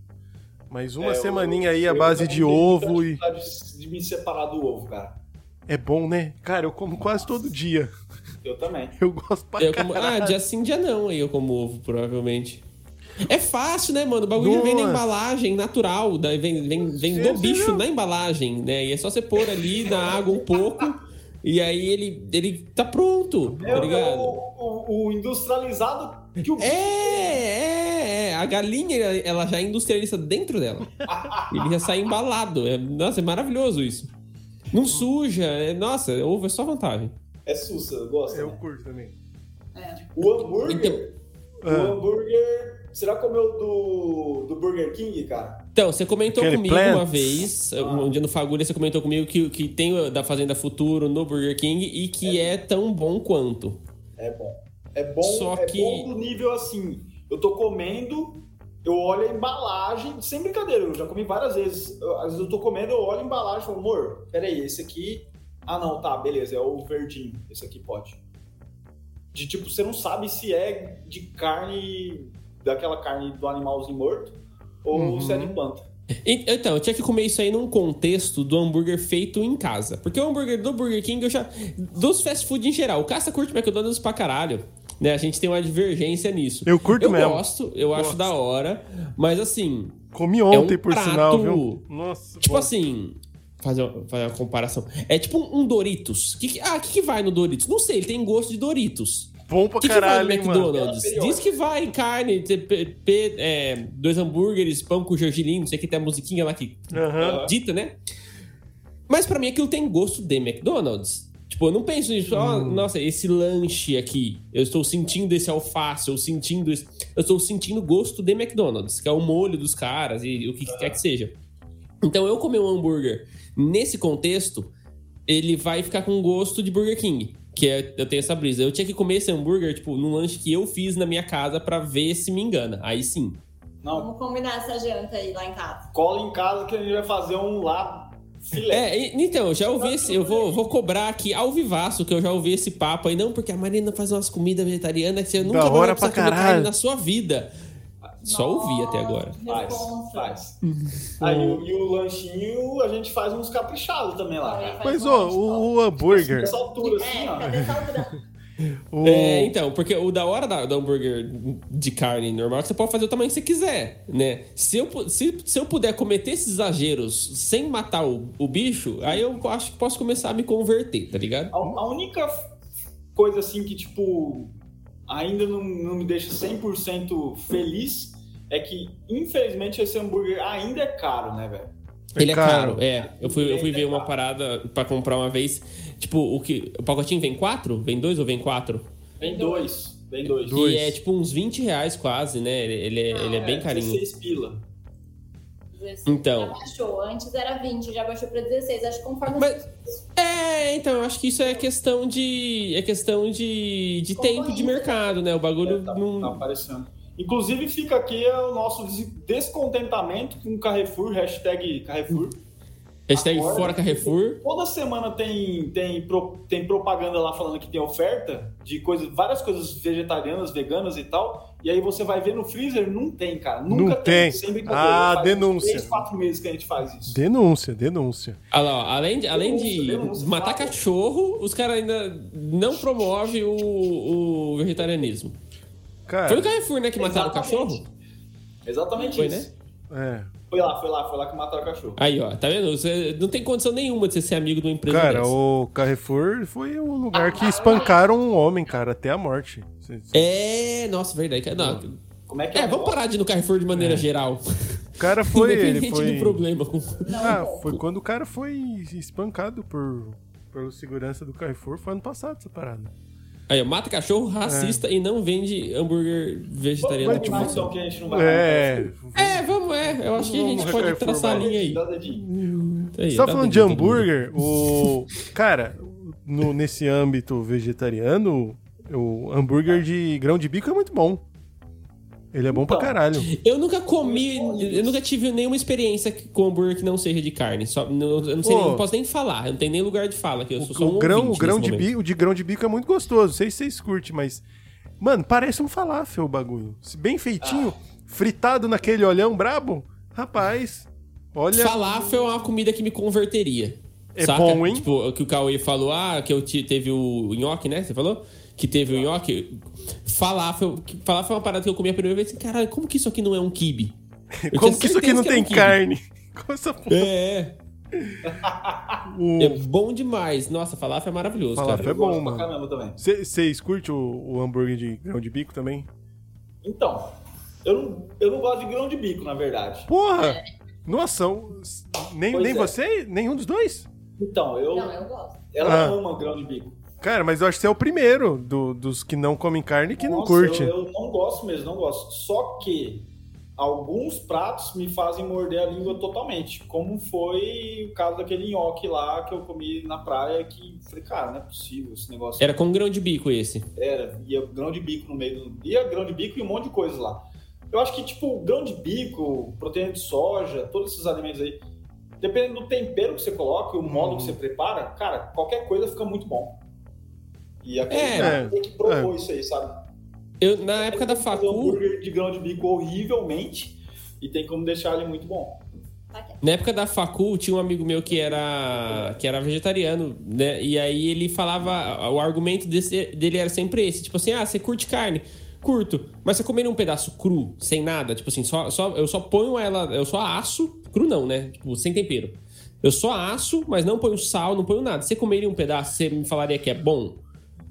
B: Mas uma
D: É, tá eu-
B: semaninha aí à
D: eu
B: base
D: não
B: de
D: tenho
B: ovo
D: muita
B: e.
D: dificuldade De me separar do ovo, cara.
B: É bom, né? Cara, eu como quase todo dia.
D: Eu também.
B: Eu gosto pra
A: Eu
B: caralho.
A: como, ah, dia sim, dia não, aí eu como ovo, provavelmente. É fácil, né, mano? O bagulho já vem na
B: Nossa.
A: embalagem natural, daí vem, vem, vem
B: Sim,
A: do
B: sim,
A: bicho
B: não.
A: na embalagem, né? E é só você pôr ali na água um pouco, e aí ele, ele tá pronto,
D: É
A: tá
D: o-
A: ligado?
D: o, o- o industrializado que o.
A: É, é, é, a galinha, ela já é industrialista dentro dela. Ele já sai embalado. É- nossa, é maravilhoso isso. Não suja, é- nossa, ovo é só vantagem.
D: É sussa, eu gosto.
B: Eu
D: né?
B: curto também.
D: O hambúrguer.
A: Então,
D: O
B: Ah,
D: hambúrguer. Você já comeu do, do Burger King, cara?
A: Então, você comentou
B: Aquele
A: comigo
B: Plants.
A: uma vez, um dia no Fagulha, você comentou comigo que, que tem o da Fazenda Futuro no Burger King e que é, tão bom quanto.
D: É bom. É bom,
A: Só
D: é
A: que-
D: bom do nível assim. Eu tô comendo, eu olho a embalagem, sem brincadeira, eu já comi várias vezes. Eu- às vezes eu tô comendo, eu olho a embalagem e falo, amor, peraí, esse aqui. Ah não, tá, beleza, é o verdinho. Esse aqui pode. De tipo, você não sabe se é de carne. daquela carne do animalzinho morto ou
B: Uhum.
D: se é de planta.
A: E- Então, eu tinha que comer isso aí num contexto do hambúrguer feito em casa. Porque o hambúrguer do Burger King, eu já. Dos fast food em geral. O Caça curte McDonald's pra caralho. Né? A gente tem uma divergência nisso.
B: Eu curto
A: eu
B: mesmo.
A: gosto, eu acho
B: Gosto.
A: da hora. Mas assim,
B: Comi ontem,
A: É um
B: por
A: prato-
B: sinal, viu? Nossa.
A: Tipo
B: bom.
A: assim, fazer uma, fazer uma comparação. É tipo um, um Doritos. Que que- ah, o que, que vai no Doritos? Não sei, ele tem gosto de Doritos.
B: Bom
A: O
B: pra
A: que, que vai
B: caralho,
A: no
B: hein, mano.
A: McDonald's? Diz que vai carne, te- pe- pe- é, dois hambúrgueres, pão com gergelim, não sei o que tem a musiquinha lá que
B: Aham.
A: dita, né? Mas pra mim aquilo tem gosto de McDonald's. Tipo, eu não penso nisso. ó, nossa, esse lanche aqui, eu estou sentindo esse alface, eu sentindo esse- eu estou sentindo gosto de McDonald's, que é o molho dos caras e o que quer que seja. Então eu comer um hambúrguer nesse contexto, ele vai ficar com gosto de Burger King, que é, eu tenho essa brisa. Eu tinha que comer esse hambúrguer tipo num lanche que eu fiz na minha casa pra ver se me engana. Aí sim.
D: Não,
C: Vamos combinar essa janta aí lá em casa.
D: cola em casa que a gente vai fazer um lá filé.
A: É, e- então, eu já ouvi esse. Eu vou, vou cobrar aqui ao vivaço que eu já ouvi esse papo aí. Não, porque a Marina faz umas comidas vegetarianas que você nunca vai
B: hora
A: precisar
B: pra
A: comer carne
B: caralho.
A: na sua vida. Só ouvi até agora.
D: Faz,
C: Responsa. É,
D: faz. Aí o- e o lanchinho a gente faz uns caprichados também lá,
C: Olha,
D: cara.
C: faz
B: Mas,
C: um
B: ó,
C: monte, ó.
B: o, o hambúrguer.
D: Nessa altura, assim,
C: É,
D: ó.
C: cadê essa altura?
B: O...
A: É, então, porque o da hora da, do hambúrguer de carne normal é que você pode fazer o tamanho que você quiser, né? Se eu, pu- se, se eu puder cometer esses exageros sem matar o, o bicho, aí eu acho que posso começar a me converter, tá ligado?
D: A, a única coisa, assim, que, tipo, ainda não, não me deixa 100% feliz é que, infelizmente, esse hambúrguer ainda é caro, né, velho?
A: Ele é
B: caro.
A: caro, é. Eu fui, eu fui ver uma parada pra comprar uma vez. Tipo, o que. O pacotinho vem quatro? Vem dois ou vem quatro?
D: Vem dois, vem dois.
B: Dois.
A: E é tipo uns 20 reais quase, né? Ele, ele é, ele é
D: Ah,
A: bem carinho.
D: 16 pila.
C: 16.
A: Então.
C: Já baixou. Antes era 20, já baixou pra 16. Acho que conforme
A: Mas- É, então, eu acho que isso é questão de. É questão de, de tempo de mercado, né? O bagulho
D: É, tá, tá
A: não.
D: aparecendo. Inclusive, fica aqui o nosso des- descontentamento com o Carrefour, hashtag Carrefour.
A: Hashtag
D: Agora-
A: tá fora Carrefour.
D: Toda semana tem, tem, pro- tem propaganda lá falando que tem oferta de coisas, várias coisas vegetarianas, veganas e tal. E aí você vai ver no freezer, não tem, cara. Nunca
B: Não tem.
D: Sem brincadeira.
B: Ah,
D: Faz uns
B: denúncia.
D: Três, quatro meses que a gente faz isso.
B: Denúncia, denúncia.
A: Olha Ah lá, ó, além de, além de
D: Denúncia, denúncia,
A: matar
D: fala.
A: cachorro, os caras ainda não promovem o, o vegetarianismo. Foi
B: Cara,
A: o Carrefour, né, que mataram o
D: Exatamente.
A: cachorro?
D: Exatamente
A: Foi, né?
D: isso.
B: é.
D: Foi lá, foi lá, foi lá que mataram o cachorro.
A: Aí, ó, tá vendo? Você não tem condição nenhuma de você ser amigo de uma empresa
B: Cara,
A: dessa.
B: o Carrefour foi o lugar
A: Ah,
B: que espancaram um homem, cara, até a morte. Cê- cê-
A: É, nossa, verdade. cara. Não,
D: Como é que
A: é,
D: o
A: vamos
D: negócio?
A: parar de ir no Carrefour de maneira geral.
B: O cara foi, ele
A: (laughs) Independente
B: foi...
A: do problema. com-
B: Ah, foi quando o cara foi espancado por, pelo segurança do Carrefour, foi ano passado essa parada.
A: Aí, ó, mata cachorro,
B: É.
A: racista e não vende hambúrguer vegetariano.
D: Vamos
A: Tipo,
D: lá,
A: assim.
D: então, que a gente não vai
B: É,
D: arrancar
A: É, vamos, é. Eu acho que a gente
B: Vamos
A: pode
B: reformar.
A: traçar a
D: isso.
A: linha Tá aí.
D: Dá dedinho.
A: Aí,
B: Você tá
A: dá
B: falando
A: um
B: de
A: dedinho todo mundo.
B: hambúrguer? O. Cara, no, nesse âmbito vegetariano, o hambúrguer de grão de bico é muito bom. Ele é bom pra
A: (laughs)
D: Então.
B: caralho.
A: Eu nunca comi, eu nunca tive nenhuma experiência com hambúrguer que não seja de carne. Só, não- eu não sei,
B: Ô.
A: nem- não posso nem falar, eu não tenho nem lugar de fala aqui. Eu sou só um
B: O grão, o
A: ouvinte
B: grão
A: nesse
B: de
A: momento.
B: bico, o de grão de bico é muito gostoso. Não sei se vocês curtem, mas. Mano, parece um falafel o bagulho. Se Bem feitinho,
A: Ah.
B: fritado naquele olhão brabo. Rapaz, olha.
A: Falafel é uma comida que me converteria.
B: É
A: saca?
B: bom, hein?
A: Tipo, o que o Cauê falou, ah, que eu te- teve o nhoque, né? Você falou? Que teve o nhoque. Falafel, que- falafel é uma parada que eu comi a primeira vez. assim, Caralho, como que isso aqui não é um kibe? Eu
B: Como
A: tinha
B: que isso aqui
A: certeza
B: não
A: que era
B: tem
A: um kibe.
B: carne? (laughs) Como essa porra.
A: É,
B: O
A: é bom demais. Nossa, falafel é maravilhoso,
B: falafel
A: cara.
B: é
D: Eu gosto
B: bom,
D: pra
B: mano.
D: Caramba também.
B: Vocês curtem o, o hambúrguer de grão de bico também?
D: Então, eu não, eu não gosto de grão de bico, na verdade.
B: Porra! Nossa, o- nem,
D: Pois
B: nem
D: é.
B: você, nenhum dos dois?
D: Então, eu,
C: Não, é- eu gosto.
D: ela
B: Ah.
D: ama grão de bico.
B: Cara, mas eu acho que você é o primeiro do- dos que não comem carne que não
D: Nossa,
B: curte.
D: Eu, eu não gosto mesmo, não gosto. Só que alguns pratos me fazem morder a língua totalmente. Como foi o caso daquele nhoque lá que eu comi na praia, que falei, cara, não é possível esse negócio.
A: Era com grão de bico esse.
D: Era, ia grão de bico no meio do. Ia grão de bico e um monte de coisa lá. Eu acho que, tipo, grão de bico, proteína de soja, todos esses alimentos aí, dependendo do tempero que você coloca e o modo
B: Uhum.
D: que você prepara, cara, qualquer coisa fica muito bom. E aquele
A: É,
D: cara tem que propor isso aí, sabe?
A: Eu, na época da
D: Fazer um
A: facu,
D: hambúrguer de grão de bico horrivelmente e tem como deixar ele muito bom.
C: Tá
A: Na época da facul, tinha um amigo meu que era que era vegetariano, né? E aí ele falava, o argumento desse- dele era sempre esse, tipo assim, ah, você curte carne? Curto, mas você comer um pedaço cru, sem nada, tipo assim, só, só eu só ponho ela, eu só asso, cru não, né? Tipo, sem tempero. Eu só asso, mas não ponho sal, não ponho nada. Você comeria um pedaço, você me falaria que é bom?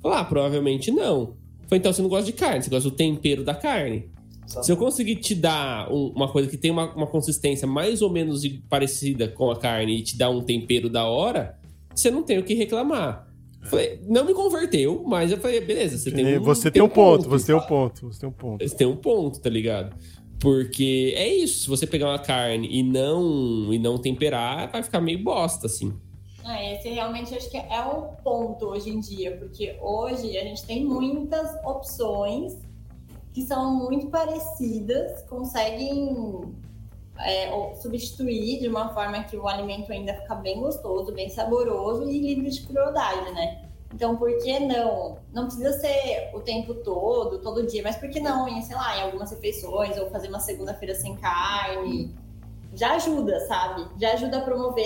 A: Falar, ah, provavelmente não. Falei, então você não gosta de carne, você gosta do tempero da carne.
D: Sabe?
A: Se eu conseguir te dar um- uma coisa que tem uma, uma consistência mais ou menos de- parecida com a carne e te dar um tempero da hora, você não tem o que reclamar.
B: É.
A: Falei, não me converteu, mas eu falei, beleza, você tem um,
B: você tem um ponto, você tem um ponto, você tem um ponto.
A: Você tem um ponto, tá ligado? Porque é isso, se você pegar uma carne e não e não temperar, vai ficar meio bosta, assim.
C: Ah, esse realmente acho que é o ponto hoje em dia, porque hoje a gente tem muitas opções que são muito parecidas, conseguem é, o- substituir de uma forma que o alimento ainda fica bem gostoso, bem saboroso e livre de crueldade, né? Então, por que não? Não precisa ser o tempo todo, todo dia, mas por que não, em, sei lá, em algumas refeições, ou fazer uma segunda-feira sem carne, já ajuda, sabe? Já ajuda a promover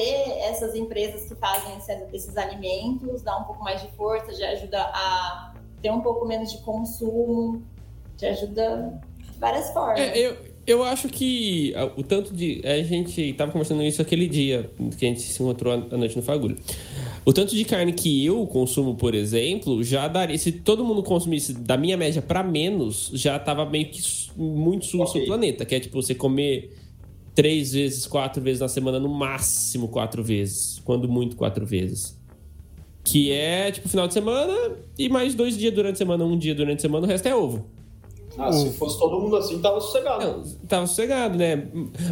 C: essas empresas que fazem esse- esses alimentos, dá um pouco mais de força, já ajuda a ter um pouco menos de consumo, já ajuda de várias formas.
A: É, eu, eu acho que a- o tanto de. A gente tava conversando isso aquele dia que a gente se encontrou à à noite no Fagulho. O tanto de carne que eu consumo, por exemplo, já daria. Se todo mundo consumisse da minha média pra menos, já tava meio que su- muito sul do
D: Ok.
A: seu planeta. Que é tipo você comer três vezes, quatro vezes na semana, no máximo quatro vezes. Quando muito, quatro vezes. Que é tipo final de semana e mais dois dias durante a semana, um dia durante a semana, o resto é ovo.
D: Ah,
A: Uhum.
D: se fosse todo mundo assim, tava sossegado.
A: Não, tava sossegado, né?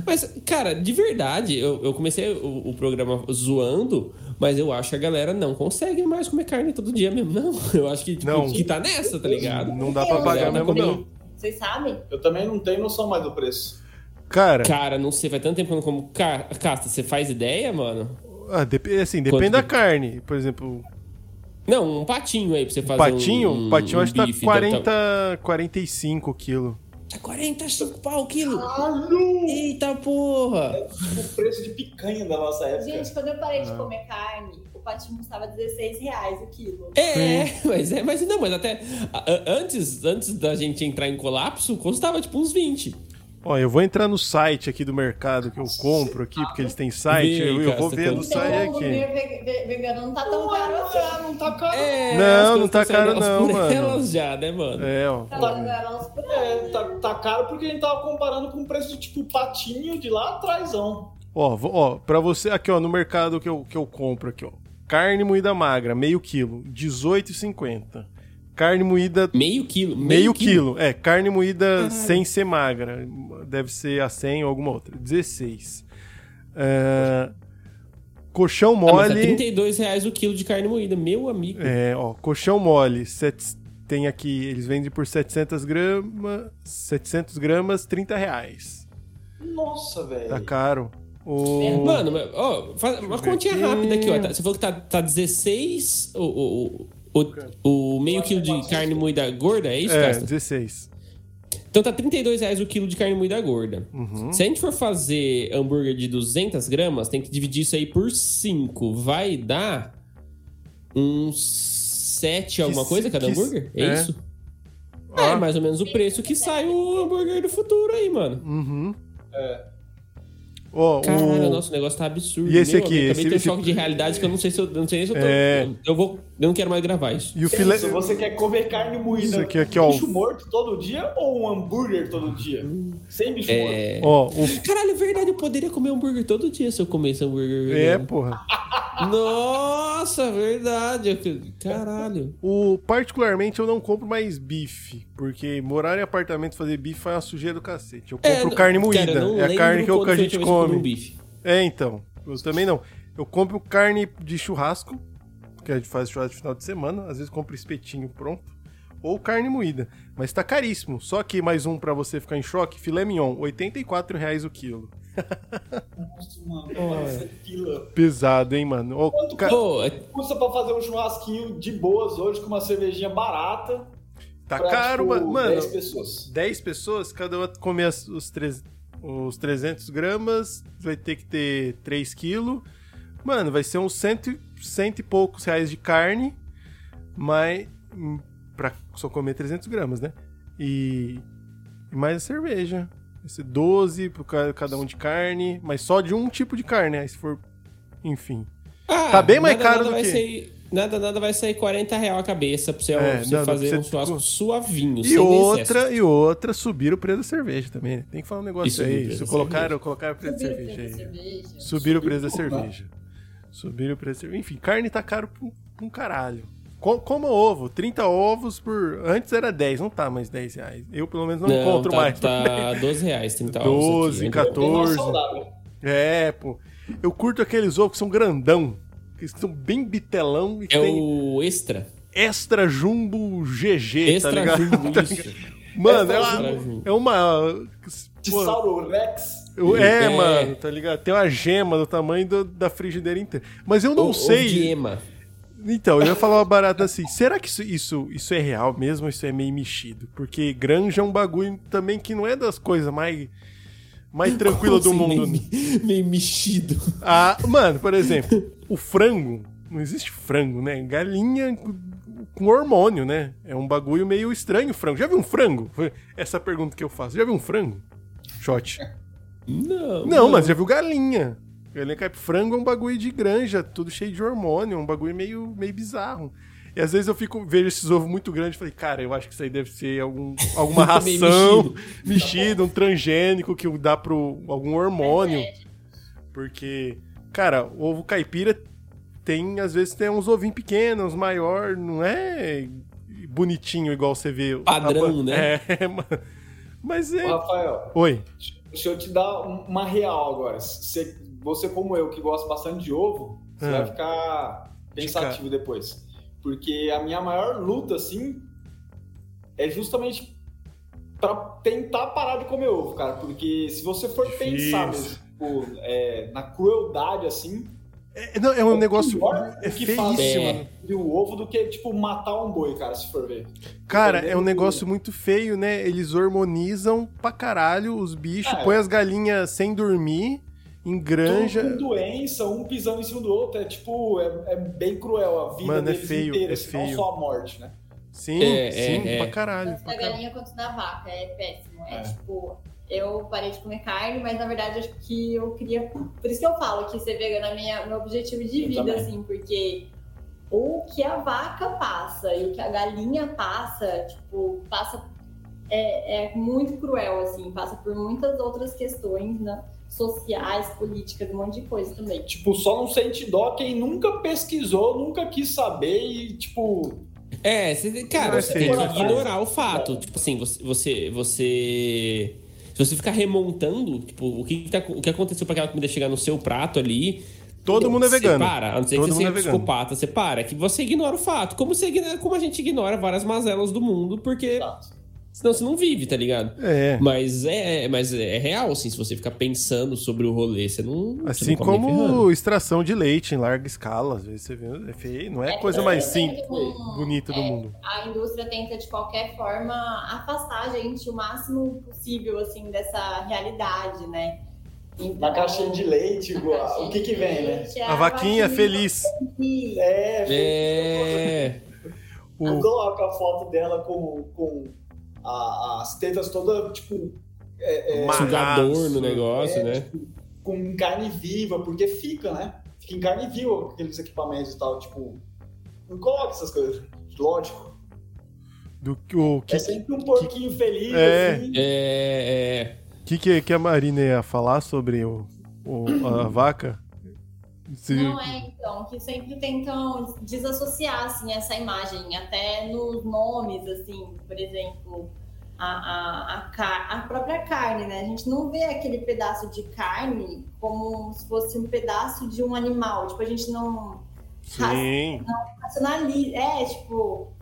A: Mas, cara, de verdade, eu, eu comecei o, o programa zoando, mas eu acho que a galera não consegue mais comer carne todo dia mesmo, não. (laughs) Eu acho que, tipo,
B: Não.
A: que tá nessa, tá ligado?
B: Não dá pra
C: Eu
B: pagar
A: não
B: mesmo,
A: comi.
B: não.
C: né? Vocês sabem?
D: Eu também não tenho noção mais do preço.
B: Cara,
A: Cara, não sei, faz tanto tempo que eu não como ca- casta. Você faz ideia, mano?
B: ah, dep- assim, depende
A: Quanto
B: da
A: que-
B: carne. Por exemplo,
A: Não, um patinho aí pra você fazer
B: patinho,
A: um, um
B: patinho acho que tá
A: bife, então.
B: 40, 45 quilos.
A: Tá 45 pau o quilo.
D: Caralho!
A: Eita porra!
D: O preço de picanha da nossa época.
C: Gente, quando eu parei de comer carne, o patinho custava 16 reais o quilo.
A: É, mas é, mas não, mas até a- a- antes, antes da gente entrar em colapso, custava tipo uns 20.
B: Ó, eu vou entrar no site aqui do mercado que eu compro aqui, porque eles têm site,
A: Vê,
B: eu, eu
A: cara,
B: vou
A: você
B: ver
A: tá-
B: no
A: Então,
B: site aqui.
C: hambúrguer ve- ve- vegano não tá tão caro assim.
D: não tá caro.
A: É,
B: Não,
A: as coisas
B: não tá
A: estão saindo
B: caro
A: aos
B: não,
A: por
B: mano.
A: elas já, né, mano?
B: É, ó.
C: Tá dando elas por aí.
D: É, tá, tá caro porque a gente tava comparando com o preço de tipo patinho de lá atrásão.
B: Ó, vou- ó, pra você, aqui, ó, no mercado que eu, que eu compro aqui, ó. Carne moída magra, meio quilo, 18,50. Carne moída
A: Meio quilo.
B: meio quilo. É, carne moída sem ser magra. Deve ser a 100 ou alguma outra. 16. É, colchão
A: Ah, mas tá
B: mole.
A: 32 reais o quilo de carne moída, meu amigo.
B: É, ó, colchão mole, sete- tem aqui, eles vendem por 700 gramas, 700 gramas, 30 reais.
D: Nossa, velho.
B: Tá caro. O...
A: É, Mano, mas, ó, faz uma
B: ver
A: continha
B: aqui.
A: rápida aqui, ó. Tá- Você falou que tá, tá 16 o, o, o, o meio quilo de carne moída gorda, é isso,
B: É,
A: Castro?
B: 16.
A: Então tá 32 reais o quilo de carne moída gorda.
B: Uhum.
A: Se a gente for fazer hambúrguer de 200 gramas, tem que dividir isso aí por 5. Vai dar uns 7 alguma
B: se-
A: coisa cada
B: que se-
A: hambúrguer? É,
B: é.
A: isso? É
B: Ah.
A: mais ou menos o preço que sai o hambúrguer do futuro aí, mano.
B: Uhum.
D: É.
B: Ó,
A: Caralho,
B: o-
A: nosso negócio tá absurdo.
B: E esse
A: Meu,
B: aqui,
A: amigo,
B: esse-
A: acabei de ter um
B: esse-
A: choque de realidade que eu não sei se eu, não sei nem se eu tô.
B: É.
A: Eu, vou, eu não quero mais gravar isso.
B: E o filé...
D: Se É você quer comer carne moída
B: Isso aqui,
D: com
B: aqui, ó.
D: bicho morto todo dia ou um hambúrguer todo dia?
B: Uhum.
D: Sem bicho morto.
A: É.
B: Ó, o...
A: Caralho, é verdade, eu poderia comer hambúrguer todo dia se eu comesse hambúrguer.
B: É,
A: vegano.
B: porra.
A: Nossa, verdade. eu- Caralho.
B: O, particularmente, eu não compro mais bife, porque morar em apartamento fazer bife faz uma sujeira do cacete. Eu compro carne moída,
A: cara, eu É, não
B: é a
A: lembro
B: carne que, eu-
A: quando
B: que a
A: foi última vez que
B: gente
A: eu comi
B: come.
A: Um bife.
B: É, então. Eu também não. Eu compro carne de churrasco, que a gente faz churrasco no final de semana. Às vezes compro espetinho pronto. Ou carne moída. Mas tá caríssimo. Só que mais um pra você ficar em choque: filé mignon, R$ 84 o quilo.
D: Nossa, mano, parece é fila.
B: Pesado, hein, mano? Ó,
D: Quanto
B: ca-
A: Pô, é-
D: Custa pra fazer um churrasquinho de boas hoje com uma cervejinha barata.
B: tá
D: pra,
B: caro,
D: tipo,
B: ma- mano.
D: 10 pessoas.
B: 10 pessoas, cada uma comer as- os, três- os 300 gramas, vai ter que ter 3 quilos. Mano, vai ser uns cento, e- cento e poucos reais de carne, mas hum, pra só comer 300 gramas, né? E, e mais a cerveja. Vai ser 12 pro ca- cada um de carne, mas só de um tipo de carne, aí se for... Enfim.
A: ah,
B: Tá bem mais
A: nada,
B: caro
A: nada
B: do
A: vai
B: que-
A: sair- Nada, nada vai sair 40 real a cabeça pra você,
B: É,
A: pra você
B: não, não,
A: fazer
B: pra
A: um
B: você-
A: churrasco suavinho.
B: E
A: sem
B: outra,
A: excesso.
B: e outra, subir o preço da cerveja também, né? Tem que falar um negócio
A: Isso, subir o
B: aí.
A: preço
B: Isso,
A: da
B: colocaram, colocaram o preço da
C: Subiu o
B: cerveja
C: preço da
B: aí.
C: um cerveja.
B: Subiram o preço da cerveja. Subiram o preço da cerveja. Enfim, carne tá caro pra um- pra um caralho. Co- Coma ovo, 30 ovos por. Antes era 10, não tá mais 10 reais. Eu pelo menos não,
A: Não,
B: encontro
A: tá,
B: mais.
A: Tá 12 reais, 30 ovos
B: 12,
A: aqui.
B: 14.
D: saudável.
B: É, pô. Eu curto aqueles ovos que são grandão. Que são bem bitelão e que
A: É
B: tem
A: o extra.
B: extra jumbo GG, tá
A: extra
B: ligado? (laughs)
A: jumbo,
B: Tá
A: isso.
B: ligado? Mano, é
A: Extra
B: uma.
A: jumbo.
B: É uma. pô,
D: Tesauro Rex.
B: eu- é,
A: É.
B: mano, tá ligado? Tem uma gema do tamanho do- da frigideira inteira. Mas eu não
A: O- o
B: sei.
A: Guiema.
B: Então, eu ia falar uma barata assim. Será que isso, isso, isso é real mesmo ou isso é meio mexido? Porque granja é um bagulho também que não é das coisas mais, mais tranquilas do
A: Assim,
B: mundo. né?
A: (laughs) Meio, meio mexido.
B: Ah, mano, por exemplo, o frango. Não existe frango, né? Galinha com- com hormônio, né? É um bagulho meio estranho o frango. Já viu um frango? Foi Essa pergunta que eu faço. Já viu um frango? Shot.
A: Não.
B: Não, mas já viu galinha. Galinha caip- frango é um bagulho de granja, tudo cheio de hormônio, é um bagulho meio, meio bizarro. E às vezes eu fico, vejo esses ovos muito grandes e falei, cara, eu acho que isso aí deve ser algum, alguma
A: Meio
B: ração (laughs) mexida, um transgênico que dá pro algum hormônio. Porque, cara, ovo caipira tem, às vezes, tem uns ovinhos pequenos, uns maior, não é bonitinho igual você vê.
A: Padrão,
B: a-
A: né?
B: (laughs) É, ma- mas é.
D: Ô, Rafael,
B: Oi.
D: deixa eu te dar um- uma real agora. Você, você como eu, que gosta bastante de ovo, você
B: Ah.
D: vai ficar pensativo depois. Porque a minha maior luta, assim, é justamente pra tentar parar de comer ovo, cara. Porque se você for
B: Difícil.
D: pensar mesmo, tipo, é, na crueldade, assim,
B: É, não, é um negócio.
D: pior
B: É
D: o que faz
B: feíssimo.
A: É.
D: de um ovo do que, tipo, matar um boi, cara, se for ver.
B: Cara, é
D: Entendeu?
B: um negócio muito feio, né? Eles hormonizam pra caralho os bichos,
A: Ah.
D: É.
B: põe as galinhas sem dormir,
A: Uhum.
B: em
D: Tudo com
B: granja.
D: doença, um pisando em cima do outro. É tipo, é, é bem cruel a vida
B: Mano, é
D: deles
B: feio, é
D: inteira, assim,
B: feio.
D: não só a morte, né?
B: Sim,
A: É,
B: sim,
A: é, é.
B: pra caralho.
C: Tanto
B: pra
C: da
B: caralho.
C: galinha quanto da vaca, é péssimo. É,
D: É.
C: tipo, eu parei de comer carne, mas na verdade acho que eu queria. Por isso que eu falo que ser vegana é minha, meu objetivo de
D: Eu
C: vida,
D: também.
C: assim, porque o que a vaca passa e o que a galinha passa, tipo, passa. É, é muito cruel, assim, passa por muitas outras questões, né? Sociais, políticas, um monte de coisa também.
D: Tipo, só não sente dó quem nunca pesquisou, nunca quis saber e, tipo,
A: É, você- cara,
B: Vai
A: você
B: ser
A: tem que
D: ignorado.
A: ignorar o fato. Tipo assim, você, você, você. Se você ficar remontando, tipo, o que, que tá- o que aconteceu pra aquela comida chegar no seu prato ali.
C: Tá
B: Todo mundo é
A: você
B: vegano.
A: Para, a não ser
B: Todo
A: que você
B: mundo
A: seja um
B: é vegano.
A: psicopata, você para. Que você ignora o fato. Como, você ignora- como a gente ignora várias mazelas do mundo, porque
D: exato.
A: senão você não vive, tá ligado?
B: É.
A: Mas é, mas é real, assim, se você ficar pensando sobre o rolê, você não. você
B: Assim
A: não come nem
B: como
A: ferrando.
B: extração de leite em larga escala, às vezes você vê, é feio, não é a coisa mais simples, bonita do mundo.
C: a indústria tenta de qualquer forma afastar a gente o máximo possível assim dessa realidade, né? Então,
D: Na caixinha de leite,
C: na
D: igual-
C: caixinha
D: o que que
C: de
D: vem, né?
C: leite,
B: A vaquinha feliz.
C: feliz.
D: É,
A: É.
B: O-
D: coloca a foto dela com, com a- as tetas toda, tipo, é, é,
B: Mas-
A: Sugador
B: Marraço,
A: no negócio,
D: é,
A: né?
D: com carne viva, porque fica, né? Fica em carne viva com aqueles equipamentos e tal, tipo, não coloca essas coisas, lógico.
B: do que- o que,
D: é sempre um porquinho feliz,
B: É.
D: assim.
A: É.
B: que, que, que a Marina ia falar sobre o, o- a vaca? Se-
C: Não é, então, que sempre tentam desassociar, assim, essa imagem, até nos nomes, assim, por exemplo, a, a, a, car- a própria carne, né? A gente não vê aquele pedaço de carne como se fosse um pedaço de um animal, tipo, a gente não
B: Sim.
C: racionaliza, é, tipo,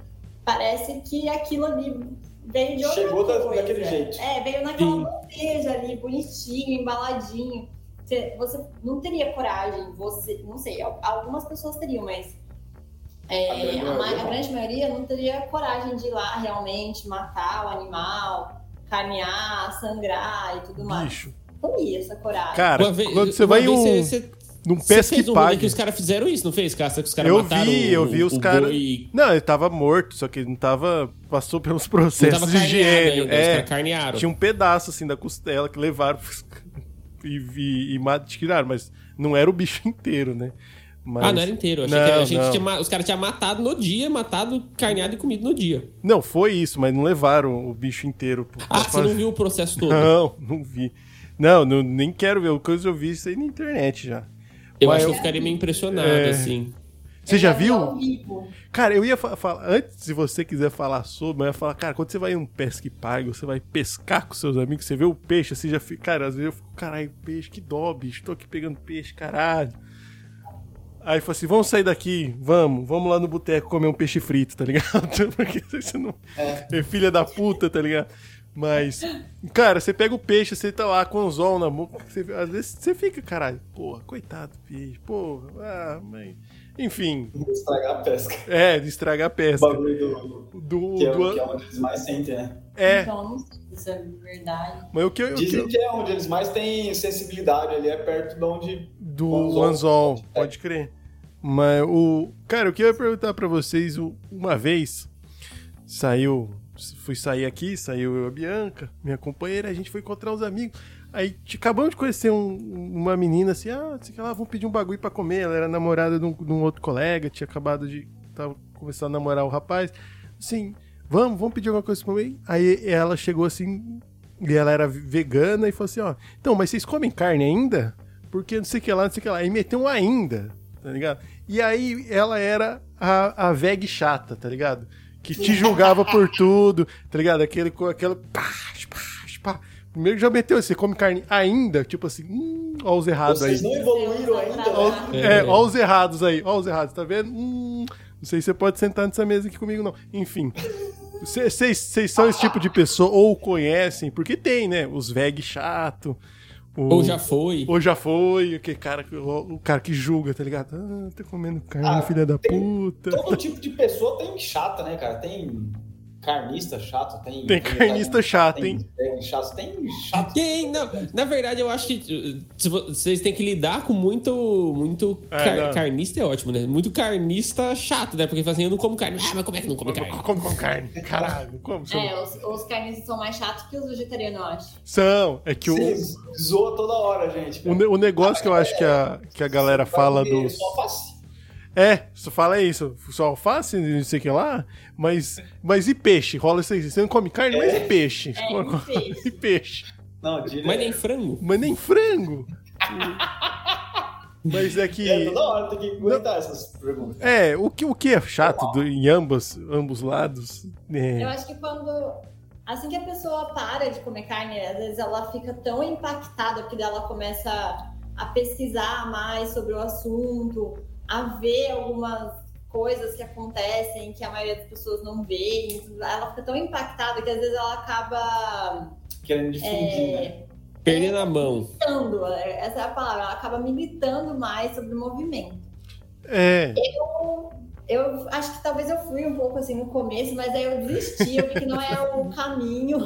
C: parece que aquilo ali veio de outra
D: Chegou da-
C: coisa.
D: daquele jeito.
C: É, veio naquela
A: Sim.
C: bandeja ali, bonitinho, embaladinho. Você, você não teria coragem, você, não sei, al- algumas pessoas teriam, mas é,
D: A grande
C: a, ma-
D: maioria
C: a
D: não.
C: grande maioria não teria coragem de ir lá realmente matar o animal, carnear, sangrar e tudo mais.
B: Bicho.
C: Não teria essa coragem.
B: Cara,
A: Uma vez-
B: quando você
A: uma
B: vai em
A: vez
B: um,
A: você-
B: num
A: você
B: pesca
A: fez
B: e
A: um rolê que
B: pague.
A: os caras fizeram isso, não fez, Cássia? Que os caras
B: Eu
A: mataram
B: vi,
A: o-
B: eu vi os
A: o
B: caras-
A: boi-
B: Não, ele tava morto, só que ele não tava. Passou pelos
A: Não
B: processos
A: tava
B: de
A: carneado
B: higiene.
A: ainda, os
B: É,
A: caras carnearam.
B: tinha um pedaço assim da costela que levaram pros- (laughs) e, e, e ma- tiraram, mas não era o bicho (laughs) inteiro, né? Mas-
A: Ah, não era inteiro. eu Achei
B: Não,
A: que a gente
B: não.
A: tinha ma- os caras tinham matado no dia, matado, carneado e comido no dia.
B: Não, foi isso, mas não levaram o bicho inteiro. pro-
A: Ah,
B: pra
A: você não
B: fazer-
A: viu o processo todo?
B: Não, (laughs) não vi. Não, não- nem quero ver. O que eu vi isso aí na internet já.
A: Eu
B: Mas
A: acho que
B: eu-
A: eu ficaria meio impressionado,
B: É.
A: assim.
B: Você
C: Eu
B: já
C: vi
B: viu?
C: ao vivo.
B: Cara, eu ia fa- falar, antes se você quiser falar sobre, mas eu ia falar, cara, quando você vai em um pesca e paga, você vai pescar com seus amigos, você vê o peixe, você já fica, cara, às vezes eu fico, caralho, peixe, que dó, bicho, tô aqui pegando peixe, caralho. Aí falou assim, vamos sair daqui, vamos, vamos lá no boteco comer um peixe frito, tá ligado? (laughs) Porque você não é. filha da puta, tá ligado? Mas, cara, você pega o peixe, você tá lá com o anzol na boca, você- às vezes você fica, caralho, porra, coitado do peixe, porra, ah, mãe. Enfim,
D: Vou estragar a pesca.
B: é, de estragar a
D: O
B: pesca.
D: bagulho do.
B: Do,
D: Que é,
B: do-
D: que é onde eles mais sentem, né?
B: é,
C: Então, não sei se isso é verdade.
B: mas o que eu. o que
D: Dizem
B: eu-
D: que é onde eles mais têm sensibilidade ali, é perto de onde.
B: do anzol,
D: É.
B: pode crer. Mas o. Cara, o que eu ia perguntar pra vocês o- uma vez. Saiu. Fui sair aqui, saiu eu e a Bianca, minha companheira, a gente foi encontrar uns amigos. Aí t- acabamos de conhecer um- uma menina assim, ah, sei que lá, vamos pedir um bagulho pra comer. Ela era namorada de um, de um outro colega, tinha acabado de. Tava começando a namorar o rapaz. Assim, vamos, vamos pedir alguma coisa pra comer. Aí ela chegou assim, e ela era vegana e falou assim: ó, então, mas vocês comem carne ainda? Porque não sei o que lá, não sei o que lá. E meteu um ainda, tá ligado? E aí ela era a, a veg chata, tá ligado? Que te julgava por tudo, tá ligado? Aquele com aquela. Pá, pá, pá. Primeiro já meteu, você come carne ainda? Tipo assim, hum, ó os errados aí.
D: Vocês não evoluíram ainda.
C: Ó,
D: né?
B: É,
A: É.
B: ó os errados aí, ó os errados, tá vendo? Hum, não sei se você pode sentar nessa mesa aqui comigo, não. Enfim. Vocês são esse tipo de pessoa, ou conhecem, porque tem, né? Os veg chato. o-
A: Ou já foi.
B: ou já foi, o que cara, que- o, o cara que julga, tá ligado? Ah, tá comendo carne,
D: Ah,
B: filha da
D: tem-
B: puta.
D: Todo tipo de pessoa tem chata, né, cara? Tem carnista chato, tem.
B: Tem carnista chato,
D: tem,
B: hein?
D: tem chato, tem chato.
A: Quem, não, na verdade, eu acho que uh, se vo- vocês têm que lidar com muito. muito
B: É,
A: car-
B: não.
A: carnista é ótimo, né? Muito carnista chato, né? Porque ele fala assim, eu não como carne. Ah, mas como é que não come
B: Como,
A: carne?
B: como, como carne? Caralho, como? São.
C: É, os, os carnistas são mais chatos que os vegetarianos, eu acho.
B: São. É que o,
D: Você zoa toda hora, gente.
B: o, ne- o negócio que eu acho que a, que a galera fala dos.
D: Só faz
B: É, só fala isso, só alface, não sei o que lá, mas, mas e peixe? Rola isso aí. Você não come carne, mas e peixe?
C: É, e peixe?
B: (laughs) e peixe.
D: Não, direto.
A: Mas nem frango.
B: Mas nem
C: (laughs)
B: frango. mas é que.
D: É, toda hora tem que aguentar essas perguntas.
B: É, o que, o que é chato do- em ambas, ambos lados.
C: Eu
B: É,
C: acho que quando. Assim que a pessoa para de comer carne, às vezes ela fica tão impactada que daí ela começa a pesquisar mais sobre o assunto, a ver algumas coisas que acontecem que a maioria das pessoas não vê. então Ela fica tão impactada que às vezes ela acaba
D: Querendo difundir, né?
C: é,
A: Perdendo a mão.
C: militando, é, essa é a palavra, ela acaba militando mais sobre o movimento.
B: é,
C: Eu acho que talvez eu fui um pouco assim no começo, mas aí eu desisti, eu vi que não é o caminho.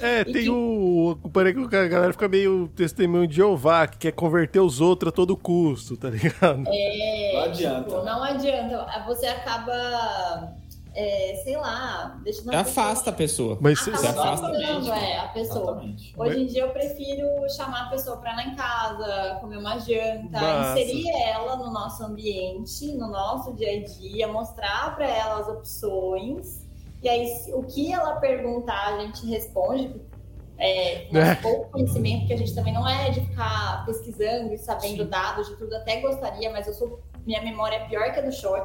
B: é,
C: E
B: tem
C: que-
B: o. Parei que a galera fica meio testemunho de Jeová, que quer converter os outros a todo custo, tá ligado?
C: É,
D: Não adianta.
C: tipo, não adianta. Você acaba, é, sei lá, deixando a pessoa-
A: É Afasta a pessoa.
B: Mas cê-
C: Acaba
A: Você afasta.
C: afastando, é, a pessoa.
D: Exatamente.
C: Hoje em dia eu prefiro chamar a pessoa para lá em casa, comer uma janta,
B: Massa.
C: inserir ela no nosso ambiente, no nosso dia a dia, mostrar para ela as opções. E aí, se- o que ela perguntar, a gente responde. É,
B: É.
C: nosso pouco conhecimento, porque a gente também não é de ficar pesquisando e sabendo dados de tudo, até gostaria, mas eu sou. Minha memória é pior que a do shot.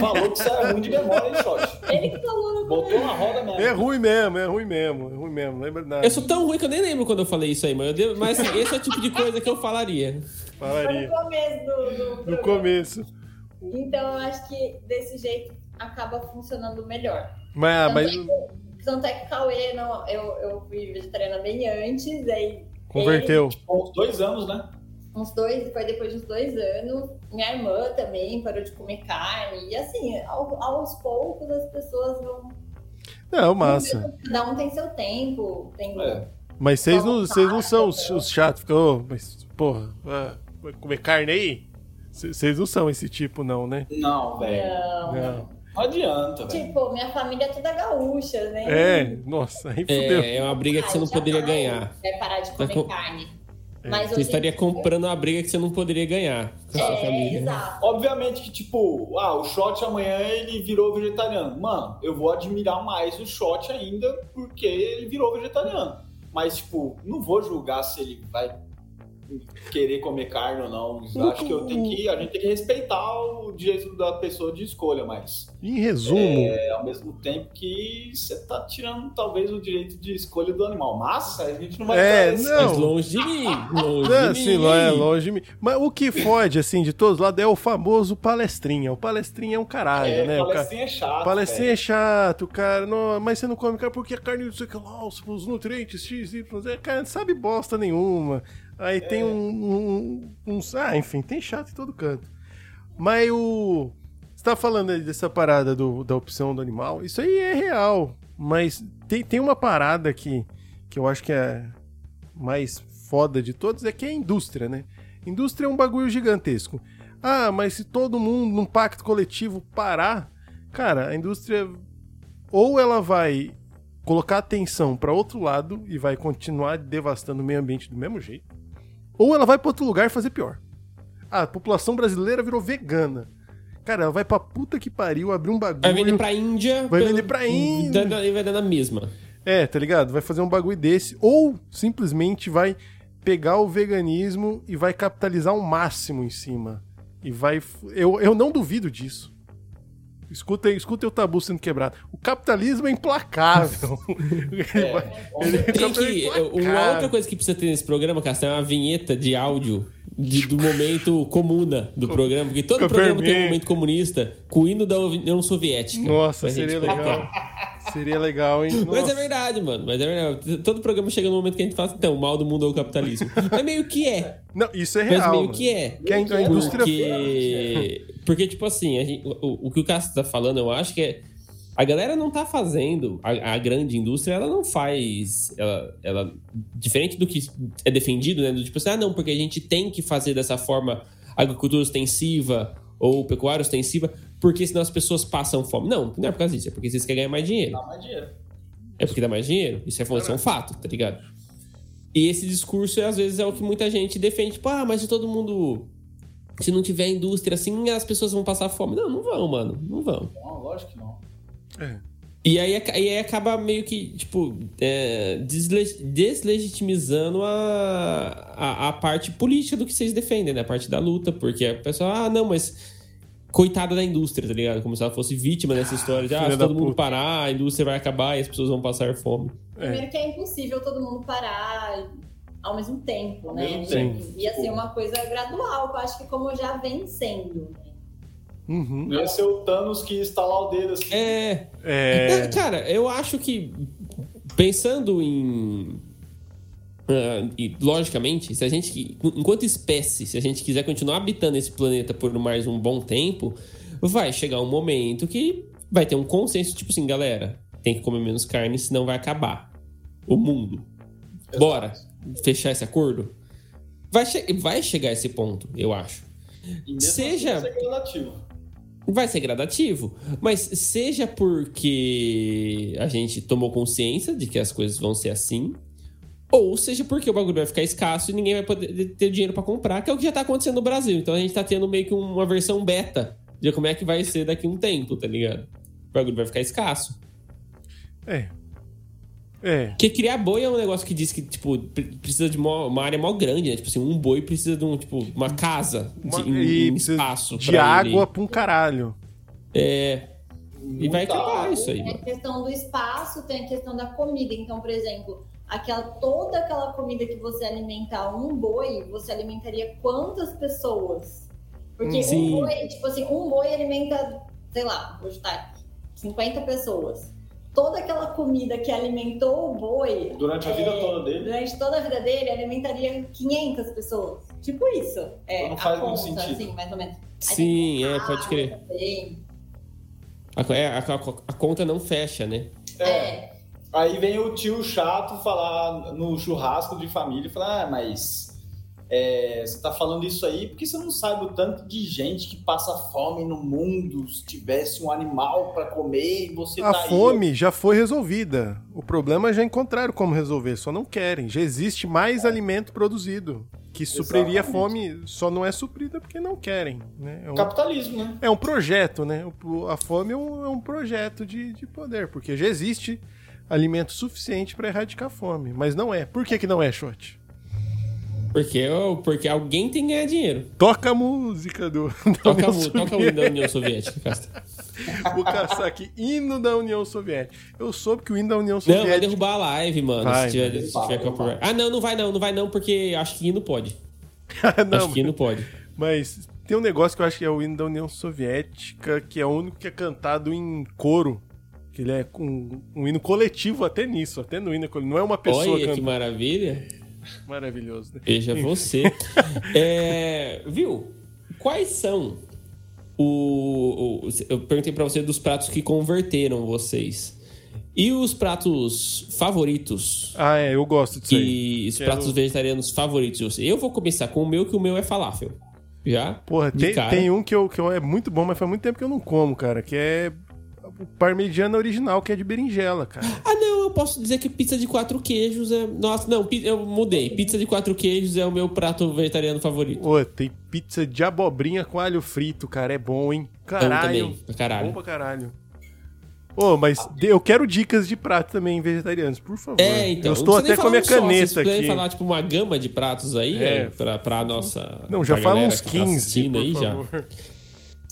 D: Falou que isso é ruim de memória, hein, Shot?
C: Ele que falou no
D: Botou na roda mesmo.
B: é ruim mesmo, é ruim mesmo, é ruim mesmo, lembra nada.
A: Eu sou tão ruim que eu nem lembro quando eu falei isso aí, mas, eu devo- mas assim, esse é o tipo de coisa que eu falaria.
C: foi no
B: Falaria.
C: começo do, do
B: No
C: programa.
B: começo.
C: Então eu acho que desse jeito acaba funcionando melhor.
B: Mas, ah,
C: Tanto
B: mas
C: é que- Tanto é que o Cauê, não, eu, eu fui vegetariana bem antes, aí
B: converteu.
D: Bom, dois anos, né?
C: uns dois, foi depois de uns dois anos, minha irmã também parou de comer carne, e assim, ao- aos poucos as pessoas vão.
B: Não, massa.
C: Cada um tem seu tempo, tem.
D: É.
B: Mas vocês não, vocês não são os, os chatos, ficam, "Ô, mas, porra, ah, vai comer carne aí? C- Vocês não são esse tipo, não, né?
D: Não, velho.
C: Não.
B: Não.
D: Não adianta, velho.
C: ah, Tipo, minha família é toda gaúcha, né? ah,
B: É, nossa, aí fudeu.
A: É, é uma briga que você não
C: Jamais
A: poderia ganhar.
C: Vai parar de
A: Vai
C: comer
A: com-
C: carne. Mas
A: Você
C: hoje-
A: estaria comprando uma briga que você não poderia ganhar com a sua
C: É,
A: família.
C: exato.
D: Obviamente que, tipo, ah, o shot amanhã ele virou vegetariano. Mano, eu vou admirar mais o shot ainda porque ele virou vegetariano. Mas, tipo, não vou julgar se ele vai querer comer carne ou não. Eu Acho que eu tenho que. A gente tem que respeitar o direito da pessoa de escolha, mas
B: Em resumo,
D: é ao mesmo tempo que você tá tirando talvez o direito de escolha do animal. Mas a gente não vai
B: É,
D: entrar nesse-
B: não.
A: Mas longe de mim. Longe
B: Não,
A: de
B: assim,
A: mim.
B: lá é longe de mim. Mas o que fode, assim, de todos lados é o famoso palestrinha. O palestrinha é um caralho,
D: É,
B: né? O cara...
D: palestrinha é chato.
B: Palestrinha é chato, cara. Não, mas você não come carne porque a carne não sei o que lá, os, os nutrientes, X, Y, Z. Cara, não sabe bosta nenhuma. Aí tem um, um, um- Ah, enfim, tem chato em todo canto. Mas o. Você tá falando aí dessa parada do, da opção do animal. Isso aí é real. Mas tem, tem uma parada que, que eu acho que é mais foda de todos é que é a indústria, né? Indústria é um bagulho gigantesco. Ah, mas se todo mundo num pacto coletivo parar, cara, a indústria ou ela vai colocar atenção para outro lado e vai continuar devastando o meio ambiente do mesmo jeito, ou ela vai para outro lugar e fazer pior. Ah, a população brasileira virou vegana. Cara, ela vai pra puta que pariu abrir um bagulho.
A: Vai vender pra Índia.
B: Vai
A: pelo-
B: vender pra Índia.
A: Dando- E vai dando a mesma.
B: É, tá ligado? Vai fazer um bagulho desse. Ou simplesmente vai pegar o veganismo e vai capitalizar o máximo em cima. E vai. f- Eu, eu não duvido disso. Escuta, aí- escuta aí o tabu sendo quebrado. O capitalismo é implacável. (laughs) Ele
D: É.
B: vai- ele é
A: Tem
B: capitalismo
A: que. é Uma
B: implacável.
A: outra coisa que precisa ter nesse programa, Castro, é uma vinheta de áudio de- do momento comuna do programa. Porque todo
B: com
A: programa tem um
B: vermelho.
A: momento comunista com o hino da União Soviética.
B: Nossa,
A: Pra gente
B: seria
A: colocar.
B: legal. Seria legal, hein?
A: Mas é
B: Nossa.
A: verdade, mano. Mas é verdade. Todo programa chega no momento que a gente fala, então, o mal do mundo é o capitalismo. Mas meio que é.
B: Não, isso é
A: Mas
B: real.
A: meio
B: mano.
A: que é.
B: Que a, a indústria.
A: Porque, porque tipo assim, a gente- o, o que o Cássio tá falando, eu acho que é. A galera não tá fazendo. A, a grande indústria, ela não faz. Ela, ela- Diferente do que é defendido, né? Do tipo assim, ah, não, porque a gente tem que fazer dessa forma agricultura ostensiva ou pecuária ostensiva, porque senão as pessoas passam fome. Não, não é por causa disso, é porque vocês querem ganhar mais dinheiro.
D: Dá mais dinheiro.
A: É porque dá mais dinheiro. Isso é, isso é um fato, tá ligado? E esse discurso, às vezes, é o que muita gente defende. Tipo, ah, mas se todo mundo. Se não tiver indústria assim, as pessoas vão passar fome. Não, não vão, mano. Não vão.
D: Não, lógico que não.
A: E aí, aca- e aí acaba meio que, tipo, é, desle- deslegitimizando a, a, a parte política do que vocês defendem, né? A parte da luta, porque a pessoa, ah, não, mas coitada da indústria, tá ligado? Como se ela fosse vítima dessa história de, ah,
B: filha
A: se
B: da
A: todo mundo
B: puta.
A: parar, a indústria vai acabar e as pessoas vão passar fome.
B: É,
C: Primeiro que é impossível todo mundo parar ao mesmo tempo, né?
D: mesmo
B: tempo.
C: Ia ser uma coisa gradual, que eu acho que como já vem sendo. né?
B: Uhum.
D: Ia ser é o Thanos que estalar o dedo assim.
A: É,
B: É,
A: É, (laughs) Cara, eu acho que pensando em. ah, e, logicamente, se a gente. que- Enquanto espécie, se a gente quiser continuar habitando esse planeta por mais um bom tempo, vai chegar um momento que vai ter um consenso, tipo assim, galera, tem que comer menos carne, senão vai acabar. O mundo. Bora fechar esse acordo? Vai, che- vai chegar esse ponto, eu acho.
D: E mesmo
A: Seja-
D: assim, isso é gradativo.
A: Vai ser gradativo, mas seja porque a gente tomou consciência de que as coisas vão ser assim, ou seja porque o bagulho vai ficar escasso e ninguém vai poder ter dinheiro pra comprar, que é o que já tá acontecendo no Brasil. Então a gente tá tendo meio que uma versão beta de como é que vai ser daqui a um tempo, tá ligado? O bagulho vai ficar escasso.
B: é. É.
A: Porque criar boi é um negócio que diz que, tipo, pre- precisa de mó- uma área mó grande, né? Tipo assim, um boi precisa de um, tipo, uma casa, de,
B: Uma-
A: em-
B: e
A: em
B: precisa
A: espaço.
B: De
A: pra ele.
B: água pra um caralho.
A: E vai
D: Muita
A: acabar
D: água.
A: isso aí,
C: Tem
A: mano.
C: a questão do espaço, tem a questão da comida. Então, por exemplo, aquela, toda aquela comida que você alimentar um boi, você alimentaria quantas pessoas? Porque
A: Sim.
C: um boi, tipo assim, um boi alimenta, sei lá, vou chutar, 50 pessoas. Toda aquela comida que alimentou o boi
D: Durante a vida
C: É.
D: toda dele,
C: durante toda a vida dele alimentaria 500 pessoas. Tipo isso. É,
D: Então não faz
C: a
D: muito
C: conta,
D: sentido.
C: assim, mais ou menos.
A: Sim, é, pode crer.
C: Também.
A: A, co- é, a co- a conta não fecha, né?
D: É.
C: É.
D: Aí vem o tio chato falar no churrasco de família e falar: ah, mas é, você tá falando isso aí porque você não sabe o tanto de gente que passa fome no mundo se tivesse um animal pra comer e você
B: A
D: tá aí,
B: fome já foi resolvida. O problema é já encontraram como resolver, só não querem. Já existe
A: É.
B: mais alimento produzido que supriria a
D: Exatamente.
B: fome, só não é suprida porque não querem. Né? É,
D: ó,
B: um,
D: Capitalismo, né?
B: é um projeto, né? O- A fome é um, é um projeto de, de poder, porque já existe alimento suficiente para erradicar a fome, mas não é. Por que, que não é, Shot?
A: Porque, eu- porque alguém tem que ganhar dinheiro.
B: Toca a música do. (laughs) da
A: Toca,
B: União
A: o- toca o hino da União Soviética,
B: (laughs)
A: Castro.
B: Vou caçar aqui. Hino da União Soviética. Eu soube que o hino da União
A: Não, vai
B: Soviética.
A: derrubar a live, mano.
B: Vai,
A: se tiver,
D: vai
A: se tiver
D: derrubar,
A: copyright. Ah, não, não vai não, não vai não, porque acho que hino pode.
B: (laughs) Não,
A: acho que hino pode.
B: mas tem um negócio que eu acho que é o hino da União Soviética, que é o único que é cantado em coro. Que ele é um, um hino coletivo até nisso, até no hino. é colo- Não é uma pessoa
A: Olha que
B: cantando.
A: maravilha.
B: Maravilhoso, né?
A: Veja
B: (laughs)
A: você. É, viu? Quais são o, o- Eu perguntei pra você dos pratos que converteram vocês. E os pratos favoritos
B: Ah, é, eu gosto disso aí.
A: que os
B: Quero-
A: pratos vegetarianos favoritos de vocês. Eu vou começar com o meu, que o meu é falafel. Já?
B: Porra,
A: De
B: tem,
A: cara.
B: tem um que, eu, que eu, é muito bom, mas faz muito tempo que eu não como, cara, que é o parmegiana original, que é de berinjela, cara.
A: Ah, não, eu posso dizer que pizza de quatro queijos é. Nossa, não, pi- eu mudei. Pizza de quatro queijos é o meu prato vegetariano favorito.
B: Ô, tem pizza de abobrinha com alho frito, cara, é bom, hein?
A: Amo
B: Caralho.
A: também, pra
B: Bom
A: caralho.
B: pra caralho. Ô, mas de- eu quero dicas de prato também vegetarianos, por favor.
A: É, então. não
B: Eu estou
A: precisa nem
B: até com a minha
A: falar um só, vocês
B: caneta
A: puderem
B: aqui.
A: falar, tipo, uma gama de pratos aí,
B: É.
A: é. pra, pra nossa.
B: Não, já
A: pra
B: fala
A: galera
B: uns
A: que tá
B: 15,
A: assistindo
B: por
A: aí, já.
B: favor.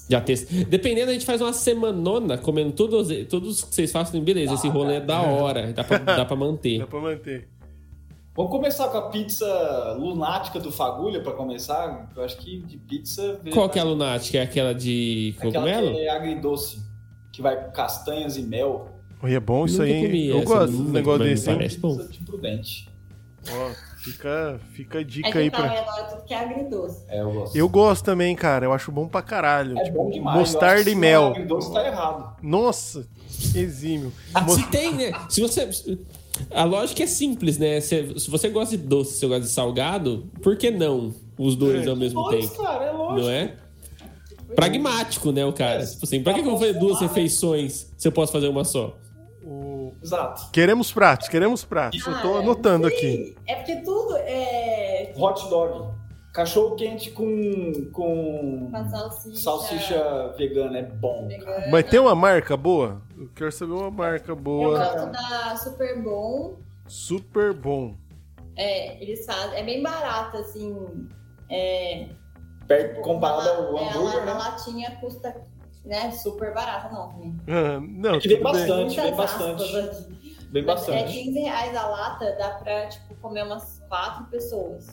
A: Já testa. Dependendo, a gente faz uma semanona comendo todos, todos que vocês fazem. Beleza, esse rolê é da hora. Dá pra, dá pra manter.
B: (laughs) Dá pra manter.
D: Vamos começar com a pizza lunática do Fagulha pra começar? Eu acho que de pizza.
A: Qual que é a lunática? É aquela de
D: Aquela
A: cogumelo?
D: que é agridoce, que vai com castanhas e mel.
B: Oi, é bom isso
A: Nunca
B: aí. hein?
A: comi
B: eu
A: essa,
B: gosto
A: nunca,
B: desse negócio
A: mas me
B: desse, hein?
A: Parece bom.
D: de prudente.
B: Ó, fica, fica a
C: É
B: dica
C: que
B: aí
C: fala,
B: pra.
C: é lá tudo que é agridoce.
D: É, eu gosto.
B: Eu gosto também, cara. Eu acho bom pra caralho.
D: É
B: Tipo,
D: bom demais. eu acho
B: mostarda
D: que
B: e
D: se
B: mel.
D: não é Doce tá errado.
B: Nossa, exímio.
A: Ah,
B: Mos-
A: se tem, né? Se você. A lógica é simples, né? Se, se você gosta de doce, se você gosta de salgado, por que não os dois ao mesmo
D: Doce,
A: tempo?
D: cara, é lógico.
A: Não é? Pragmático, né, o
B: É.
A: cara? Tipo assim, pra que, que eu vou fazer duas refeições se eu posso fazer uma só?
B: o-
D: Exato.
B: Queremos pratos, queremos pratos. Eu tô
C: Cara,
B: anotando
C: Ah, sim.
B: aqui.
C: É porque tudo é.
D: Hot dog. Cachorro quente com, com
C: Uma salsicha.
D: salsicha vegana é bom, cara.
C: vegana.
B: Mas tem uma marca boa? Eu quero saber uma marca
C: Eu
B: boa.
C: gosto da Super Bom.
B: Super bom.
C: É, eles fazem. É bem barato, assim. É,
D: Perto- Comparado ao
C: é,
D: hambúrguer,
C: a, a
D: né?
C: latinha custa, né? Super barata, não. né?
B: Ah, (laughs) não,
D: É que vem
B: tudo bem.
D: Bastante,
C: Muitas
D: bem bastante.
C: aspas aqui. Mas É
D: Bem bastante.
C: 15 reais a lata, dá pra tipo, comer umas quatro pessoas.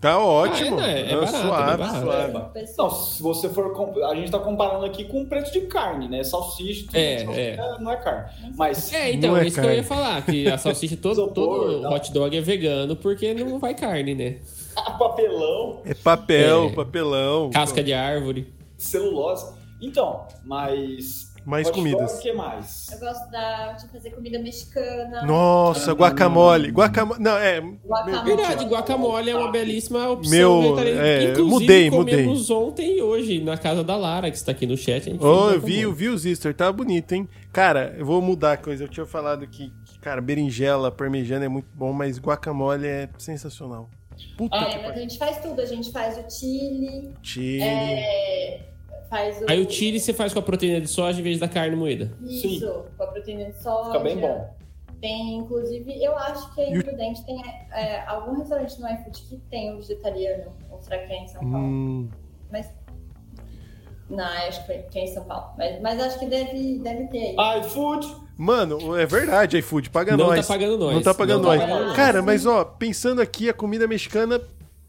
B: Tá ótimo.
A: Ah, é, né? É
B: Ah,
A: barato, né?
B: suave,
A: Barato.
B: suave.
C: Cinco
D: Não,
C: pessoas.
D: se você for. comp- A gente tá comparando aqui com o preço de carne, né? Salsicha, tudo
A: É,
D: bem, salsicha não é carne. Mas
A: É, então,
B: Não é
A: é isso que eu ia
B: carne.
A: falar, que a
B: (laughs)
A: salsicha, todo,
D: Isopor,
A: todo
D: não.
A: hot dog é vegano porque não vai carne, né?
D: (laughs) papelão,
B: É papel,
A: É.
B: papelão.
A: Casca de árvore.
D: celulose. Então, mas.
B: Mais
D: hot dog,
B: comidas.
D: O que mais?
C: Eu gosto da, de fazer comida mexicana.
B: Nossa, guacamole. Guacamole. Não, é.
C: Guacamole.
A: Ah, Verdade, guacamole é uma belíssima opção.
B: Meu,
A: vegetariana.
B: é,
A: Inclusive,
B: mudei,
A: comemos ontem e hoje na casa da Lara, que está aqui no chat. a gente fez
B: Oh, eu
A: guacamole.
B: vi, eu vi os Easter, tá bonito, hein? Cara, eu vou mudar a coisa. Eu tinha falado que, que, cara, berinjela, parmegiana é muito bom, mas guacamole é sensacional. Puta
A: Ah,
C: É,
B: que
C: mas a
B: pariu.
C: gente faz tudo. A gente faz o chili,
B: Chile.
C: é, faz o.
A: Aí o chili você faz com a proteína de soja em vez da carne moída.
C: Isso, com a proteína de soja.
D: Fica bem bom.
C: Tem, inclusive, eu acho que é
B: E o-
C: imprudente. Tem é, algum restaurante no iFood que tem o vegetariano, ou será que é em São Paulo?
B: Hum,
C: Não, acho que que é em São Paulo. Mas, mas acho que deve, deve ter aí.
D: iFood.
B: mano, é verdade, iFood, paga
A: não
B: nós.
A: tá pagando nós.
B: Não tá pagando nós.
C: pagando nós.
B: Cara, mas ó, pensando aqui, a comida mexicana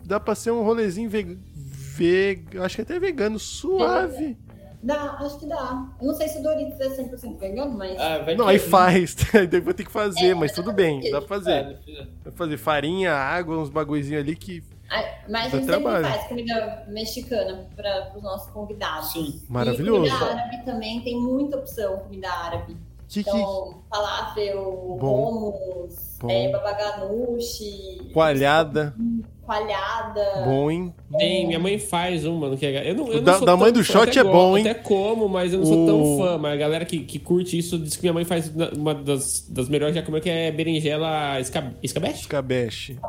B: dá pra ser um rolezinho veg... veg- Acho que até vegano, suave.
C: Dá, acho que dá. Eu Não sei se o Doritos é 100% vegano, mas.
D: É, vai
B: Não,
D: que-
B: aí faz. (laughs) Daí eu vou ter que fazer, mas tudo bem,
C: queijo.
B: dá pra fazer.
D: É,
B: Dá pra fazer farinha, água, uns bagulhozinhos ali que
C: Ah, mas a
B: Dá
C: gente
B: trabalho.
C: sempre faz comida mexicana para os nossos convidados.
D: sim.
C: E
B: maravilhoso.
C: comida árabe também tem muita opção, comida árabe.
B: Que, que
C: Então, falafel,
B: Bom.
C: hummus,
B: Bom.
C: é, babaganushi,
B: coalhada,
C: coalhada.
B: bom, hein?
A: Tem, minha mãe faz um, mano. Que é... eu não, eu não
B: Da-
A: sou
B: da
A: tão
B: mãe do
A: fã,
B: shot
A: até
B: é
A: gosto,
B: bom, hein?
A: Até como, mas eu não sou
B: O-
A: tão fã. Mas a galera que, que curte isso diz que minha mãe faz na- uma das, das melhores já comeu, que é berinjela esca... escabeche?
B: Escabeche.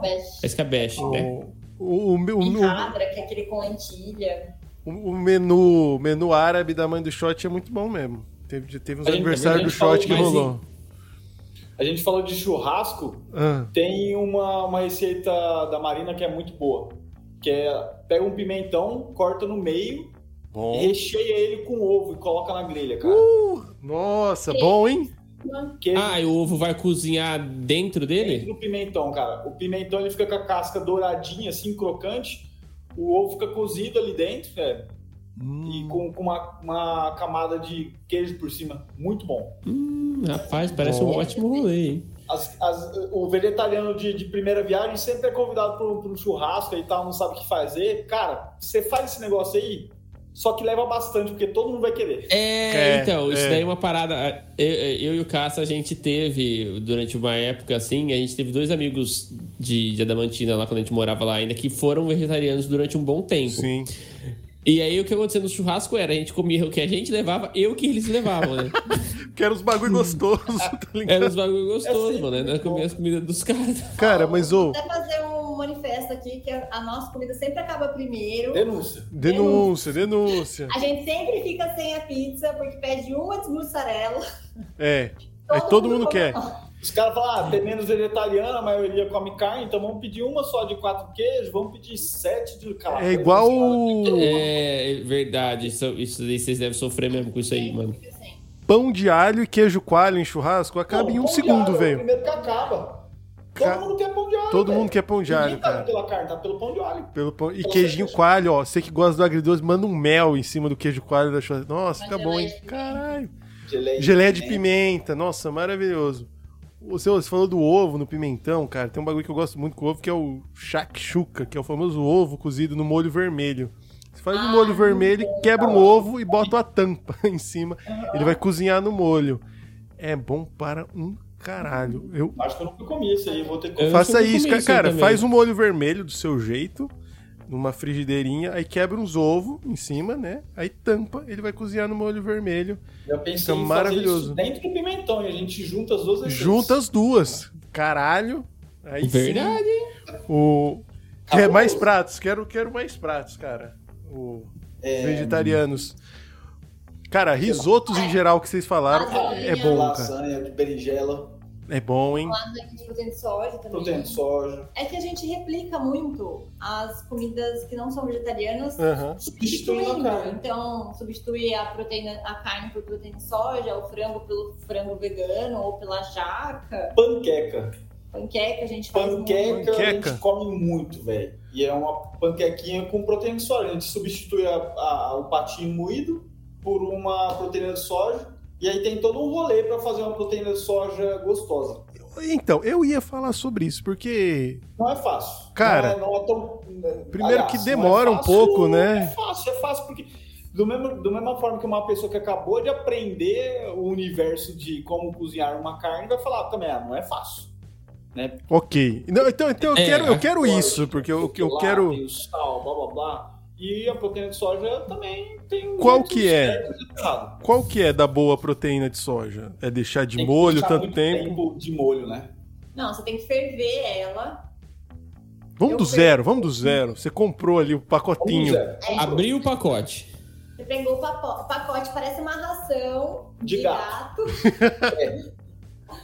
A: É escabeche, né?
B: O, o, o, o,
C: Picadra, que é aquele com lentilha.
B: o- o menu, menu árabe da mãe do shot é muito bom mesmo. Teve, teve uns
D: A gente-
B: aniversários
D: a
B: do
D: gente falou
B: shot que
A: mais em-
B: rolou.
D: A gente falou de churrasco.
B: Ah,
D: Tem uma, uma receita da Marina que é muito boa. Que é, pega um pimentão, corta no meio,
B: bom.
D: recheia ele com ovo e coloca na grelha, cara.
B: Uh, nossa, bom, hein?
D: Queijo
A: Ah, e o ovo vai cozinhar dentro
D: é dentro
A: dele?
D: do pimentão, cara. O pimentão ele fica com a casca douradinha, assim, crocante. O ovo fica cozido ali dentro, é, e
B: Hum,
D: com, com uma, uma camada de queijo por cima. Muito bom.
A: Hum, rapaz, parece um
B: Bom.
A: ótimo rolê, hein?
D: As- as- o vegetariano de, de primeira viagem sempre é convidado para um churrasco e tal, não sabe o que fazer. Cara, você faz esse negócio aí, só que leva bastante, porque todo mundo vai querer.
A: É,
B: É,
A: então, isso
B: é.
A: daí é uma parada. Eu, eu e o Caça, a gente teve, durante uma época assim, a gente teve dois amigos de, de Adamantina lá quando a gente morava lá ainda, que foram vegetarianos durante um bom tempo.
B: sim.
A: E aí o que acontecia no churrasco era, a gente comia o que a gente levava e o que eles levavam,
B: (laughs)
A: né?
B: Quero os bagulho gostoso, (laughs) tá ligado?
A: Era uns bagulho gostoso,
D: É
A: mano. né? Nós
D: sempre bom.
A: comíamos as comidas dos
B: (laughs)
A: caras.
B: Cara, mas ô,
C: Até fazer um manifesto aqui que a nossa comida sempre acaba primeiro.
D: Denúncia.
B: denúncia, denúncia.
C: A gente sempre fica sem a pizza porque pede uma de mussarela.
B: É. Aí todo mundo quer.
D: Os caras falam, ah, tem menos vegetariana, a maioria come carne, então vamos pedir uma só de quatro queijos, vamos pedir sete de calabresa.
B: É igual.
D: Os caras-
B: o-
A: É verdade, isso, isso daí vocês devem sofrer mesmo com isso aí, mano.
C: Fica sem.
B: pão de alho e queijo coalho em churrasco acaba em
D: Não,
B: um
D: pão de
B: segundo,
D: alho é o
B: velho.
D: Primeiro que acaba.
B: Ca-
D: Todo mundo quer pão de alho.
B: Todo
D: velho.
B: mundo quer pão de
D: Ninguém
B: alho,
D: tá
B: cara.
D: pela carne, tá pelo pão de alho.
B: Pelo pão... E
D: Pelo
B: queijinho
D: certeza.
B: coalho, ó. Você que gosta do agridoce, manda um mel em cima do queijo coalho da churrasco. Nossa,
C: Mas
B: fica
C: é
B: bom, hein?
C: mais-
B: Caralho.
D: Geleia de
B: Geleia de
D: pimenta.
B: pimenta, nossa, maravilhoso. O seu- Você falou do ovo no pimentão, cara. Tem um bagulho que eu gosto muito com ovo, que é o shakshuka, que é o famoso ovo cozido no molho vermelho. Você faz um
C: Ah,
B: molho vermelho, quebra um ovo e bota uma tampa (laughs) em cima. Ele vai cozinhar no molho. É bom para um caralho. Eu
D: Acho que eu nunca comi isso aí, vou ter que
A: Eu-
B: faça
A: nunca comi
B: isso, ca-
A: isso aí
B: cara.
A: também.
B: Faz um molho vermelho do seu jeito, numa frigideirinha, aí quebra uns ovos em cima, né? Aí tampa, ele vai cozinhar no molho vermelho.
D: Já pensei
B: Fica
D: em fazer
B: maravilhoso.
D: isso dentro do pimentão e a gente junta as duas essências.
B: Junta as duas. Caralho. Aí sim,
A: Verdade, hein?
B: o... Quer
D: Acabou.
B: mais pratos? Quero, quero mais pratos, cara. O...
D: É,
B: Vegetarianos. Cara, risotos em geral que vocês falaram
C: Lasanha.
B: é bom, cara.
D: lasanha de berinjela,
B: É bom, hein?
C: Lasanha de proteína de soja também.
D: proteína de soja.
C: É que a gente replica muito as comidas que não são vegetarianas,
B: Aham.
D: Substituindo É. a carne.
C: Então, substituir a proteína, a carne por proteína de soja, o frango pelo frango vegano ou pela jaca.
D: Panqueca.
C: Panqueca a gente faz muito.
D: Panqueca,
B: Panqueca.
D: a gente come muito, velho. E é uma panquequinha com proteína de soja. A gente substitui a- a- o patinho moído por uma proteína de soja. E aí tem todo um rolê pra fazer uma proteína de soja gostosa.
B: Então, eu ia falar sobre isso, porque
D: Não é fácil.
B: Cara,
D: Não é- não é tão-
B: primeiro que
D: não
B: demora um
D: fácil,
B: pouco, né?
D: É fácil, é fácil porque do mesmo, do mesma forma que uma pessoa que acabou de aprender o universo de como cozinhar uma carne vai falar também, ah, não é fácil.
B: Ok. Não, então, então eu
A: É.
B: quero, eu quero
D: Lógico,
B: isso, porque eu,
D: tem
B: eu
D: lá,
B: quero.
D: tem o sal, blá blá blá. E a proteína de soja também tem. né, um
B: Qual
D: jeito
B: que é?
D: certo e errado.
B: Qual que é da boa proteína de soja? É deixar de
D: Tem que
B: molho
D: deixar
B: tanto
D: muito
B: tempo?
D: De molho, né?
C: Não, você tem que ferver ela.
B: Vamos
C: Eu
B: do
C: pe-
B: zero, vamos do zero. Você comprou ali o pacotinho.
D: Zero.
A: Abriu o pacote.
C: Você pegou o papo- o pacote, parece uma ração
D: De
C: de,
D: gato.
C: gato.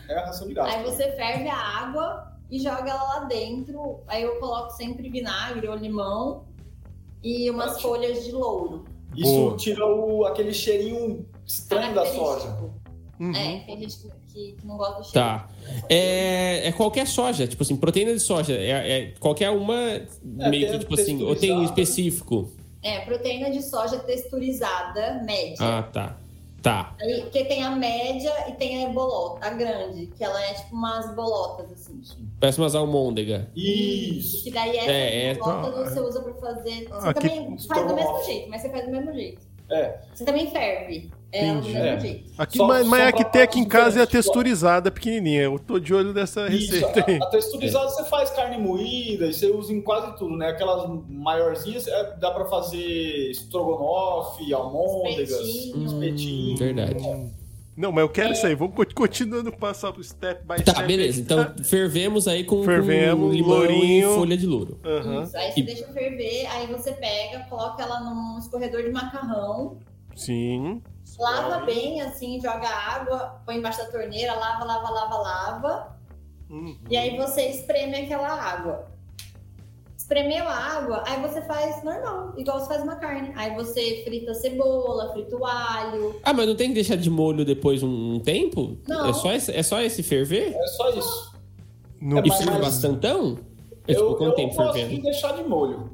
D: É a ração de
C: Aí
D: gato.
C: você ferve a água e joga ela lá dentro. Aí eu coloco sempre vinagre ou limão e umas
D: Ótimo.
C: folhas de louro.
D: Isso
B: Boa.
D: tira o, aquele cheirinho estranho da soja.
C: Característico.
B: Uhum.
C: É, tem gente que- que, que não gosta do cheiro.
A: Tá. É, é qualquer soja, tipo assim, proteína de soja. É, é qualquer uma meio que,
D: tem
A: tipo assim, ou tem um específico.
C: É, proteína de soja texturizada, média.
A: Ah, tá. Tá.
C: Aí, porque tem a média e tem a bolota, a grande, que ela é tipo umas bolotas, assim.
A: Parece umas almôndega.
D: Isso.
C: Que daí essa
A: É, é,
C: bolota
B: tá.
C: você usa pra fazer. Você
B: Ah, que-
C: também faz do
D: Estrogonofe.
C: mesmo jeito, mas você faz do mesmo jeito.
D: É.
C: Você também ferve. É, do
B: Entendi.
C: mesmo
D: É.
C: jeito.
B: Aqui,
D: Só-
B: mas, mas
D: só
B: é que
D: pra-
B: tem aqui em casa é a
D: diferente, só.
B: texturizada pequenininha. Eu tô de olho nessa
D: Isso,
B: receita aí.
D: a, a texturizada você faz carne moída e você usa em quase tudo, né? Aquelas maiorzinhas é, dá pra fazer estrogonofe, almôndegas,
C: Espetinho.
D: espetinho.
A: Verdade.
B: Não, mas eu quero isso aí. Vamos co- continuando passar pro step by
A: Tá,
B: step.
A: beleza. Então fervemos aí com,
B: Fervemos,
A: com limão
B: lourinho.
A: e folha de louro.
B: Aham,
C: Isso. Aí
A: E-
C: você deixa ferver, aí você pega, coloca ela num escorredor de macarrão,
B: Sim.
C: lava bem, assim, joga água, põe embaixo da torneira, lava, lava, lava, lava.
B: Hum.
C: E aí você espreme aquela água. Espremeu a água, aí você faz normal, igual você faz uma carne. Aí você frita a cebola, frita o alho.
A: Ah, mas não tem que deixar de molho depois um, um tempo?
C: Não.
A: É só, esse, é só esse ferver?
D: É só isso.
B: Não
D: É
A: E
D: Mas-
A: fica
D: mas-
A: bastantão? É tipo,
D: eu
A: quanto tempo
D: eu gosto de
A: fervendo?
D: deixar de molho.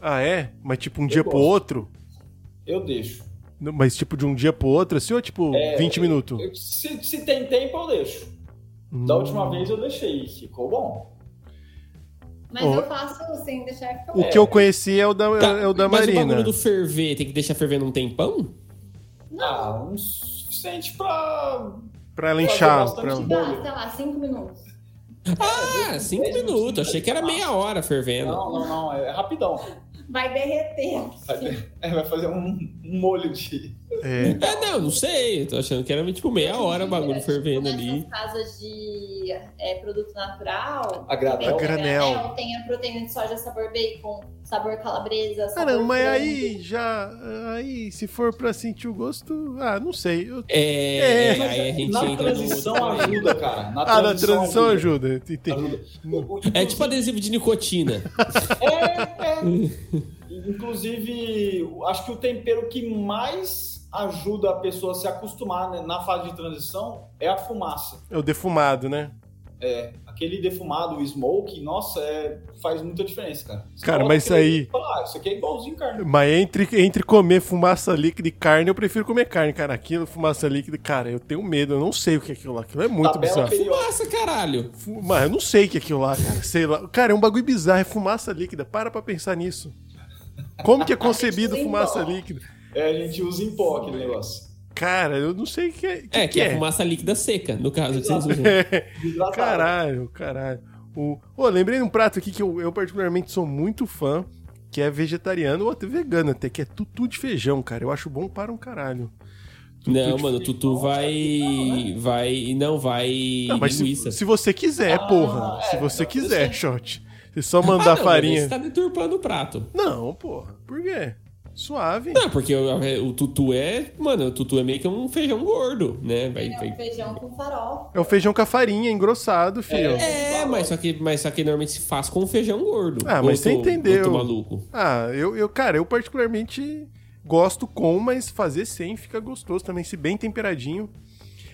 B: Ah, é? Mas tipo um dia pro
D: gosto.
B: outro?
D: Eu deixo.
B: Não, Mas tipo de um dia pro outro, assim, ou tipo 20 minutos?
D: É, Eu- Se, se tem tempo, eu deixo. Da
B: Hum.
D: última vez eu deixei, ficou bom.
C: Mas
B: Ó.
C: eu faço sem deixar ficar.
B: O que eu conheci é o da,
A: Tá,
B: é o da
A: mas o
B: Marina.
A: bagulho do ferver tem que deixar fervendo um tempão?
D: Ah, um suficiente pra.
B: Pra ela inchar.
D: Fazer bastante
B: pra-
C: Dá, Tipo, ah, sei lá, cinco minutos.
A: Ah, cinco
D: dez
A: minutos.
D: minutinhos,
A: Achei que era
D: tá.
A: meia hora fervendo.
D: Não, não, não, é rapidão.
C: Vai derreter. assim.
D: É, vai fazer um, um molho de.
B: É.
A: (laughs) Ah, não, não sei. Tô achando que era tipo meia hora o bagulho
C: Tipo,
A: fervendo
C: nessas
A: ali.
C: casas de é, produto natural.
D: A
C: tem
D: granel.
B: A granel.
C: Tem a proteína de soja sabor bacon, sabor calabresa. Sabor
B: Caramba,
D: É.
B: mas
C: frango.
B: aí já. Aí, se for pra sentir o gosto. Ah, não sei. Eu...
A: É,
B: É.
A: aí a gente
D: Na
A: entra num
D: transição
A: outro...
D: ajuda, cara. Na
B: Ah, na transição ajuda. Entendi.
D: ajuda. O- o-
A: É tipo adesivo de nicotina.
D: é. Inclusive, acho que o tempero que mais ajuda a pessoa a se acostumar né, na fase de transição é a fumaça.
B: É o defumado, né?
D: É, aquele defumado, o smoke, nossa, é, faz muita diferença, cara. Você
B: Cara,
D: coloca
B: mas isso
D: aquele-
B: aí-
D: fala, ah, isso aqui é igualzinho carne.
B: Mas entre, entre comer fumaça líquida e carne, eu prefiro comer carne, cara. Aquilo, fumaça líquida, cara, eu tenho medo, eu não sei o que é aquilo lá. Aquilo é muito
D: Tabela
B: bizarro.
D: periódica.
A: Fumaça, caralho.
B: Fu- Mas eu não sei o que é aquilo lá, cara. Sei lá. Cara, é um bagulho bizarro, é fumaça líquida. Para pra pensar nisso. Como que é concebido fumaça líquida?
D: É, a gente usa em pó aquele negócio.
B: Cara, eu não sei o que é. que
A: É, que é
B: é.
A: fumaça líquida seca, no caso que vocês
D: Exato.
A: usam.
D: Desidratado.
B: Caralho, caralho. O... Ô, lembrei de um prato aqui que eu, eu particularmente sou muito fã, que é vegetariano ou até vegano até, que é tutu de feijão, cara. Eu acho bom para um caralho.
A: Não,
B: de
A: mano, Tutu vai. Vai. Não, vai.
B: Não, mas
A: linguiça.
B: se, se você quiser,
D: Ah,
B: porra.
D: é,
B: se você
D: não,
B: quiser,
D: eu
B: shot. Se só
A: Ah,
B: mandar
A: não,
B: farinha.
A: Você tá deturpando o prato.
B: Não, porra. Por quê? Suave.
A: Não, porque o, o tutu é. Mano, o tutu é meio que um feijão gordo, né? Vai,
C: É um
A: vai-
C: feijão com farofa.
B: É o feijão com a farinha, engrossado, filho.
A: É, mas só, que, mas só que normalmente se faz com um feijão gordo.
B: Ah, mas
A: Outro-
B: você entendeu.
A: outro maluco.
B: Ah, eu, eu, cara, eu particularmente gosto com, mas fazer sem fica gostoso também, se bem temperadinho.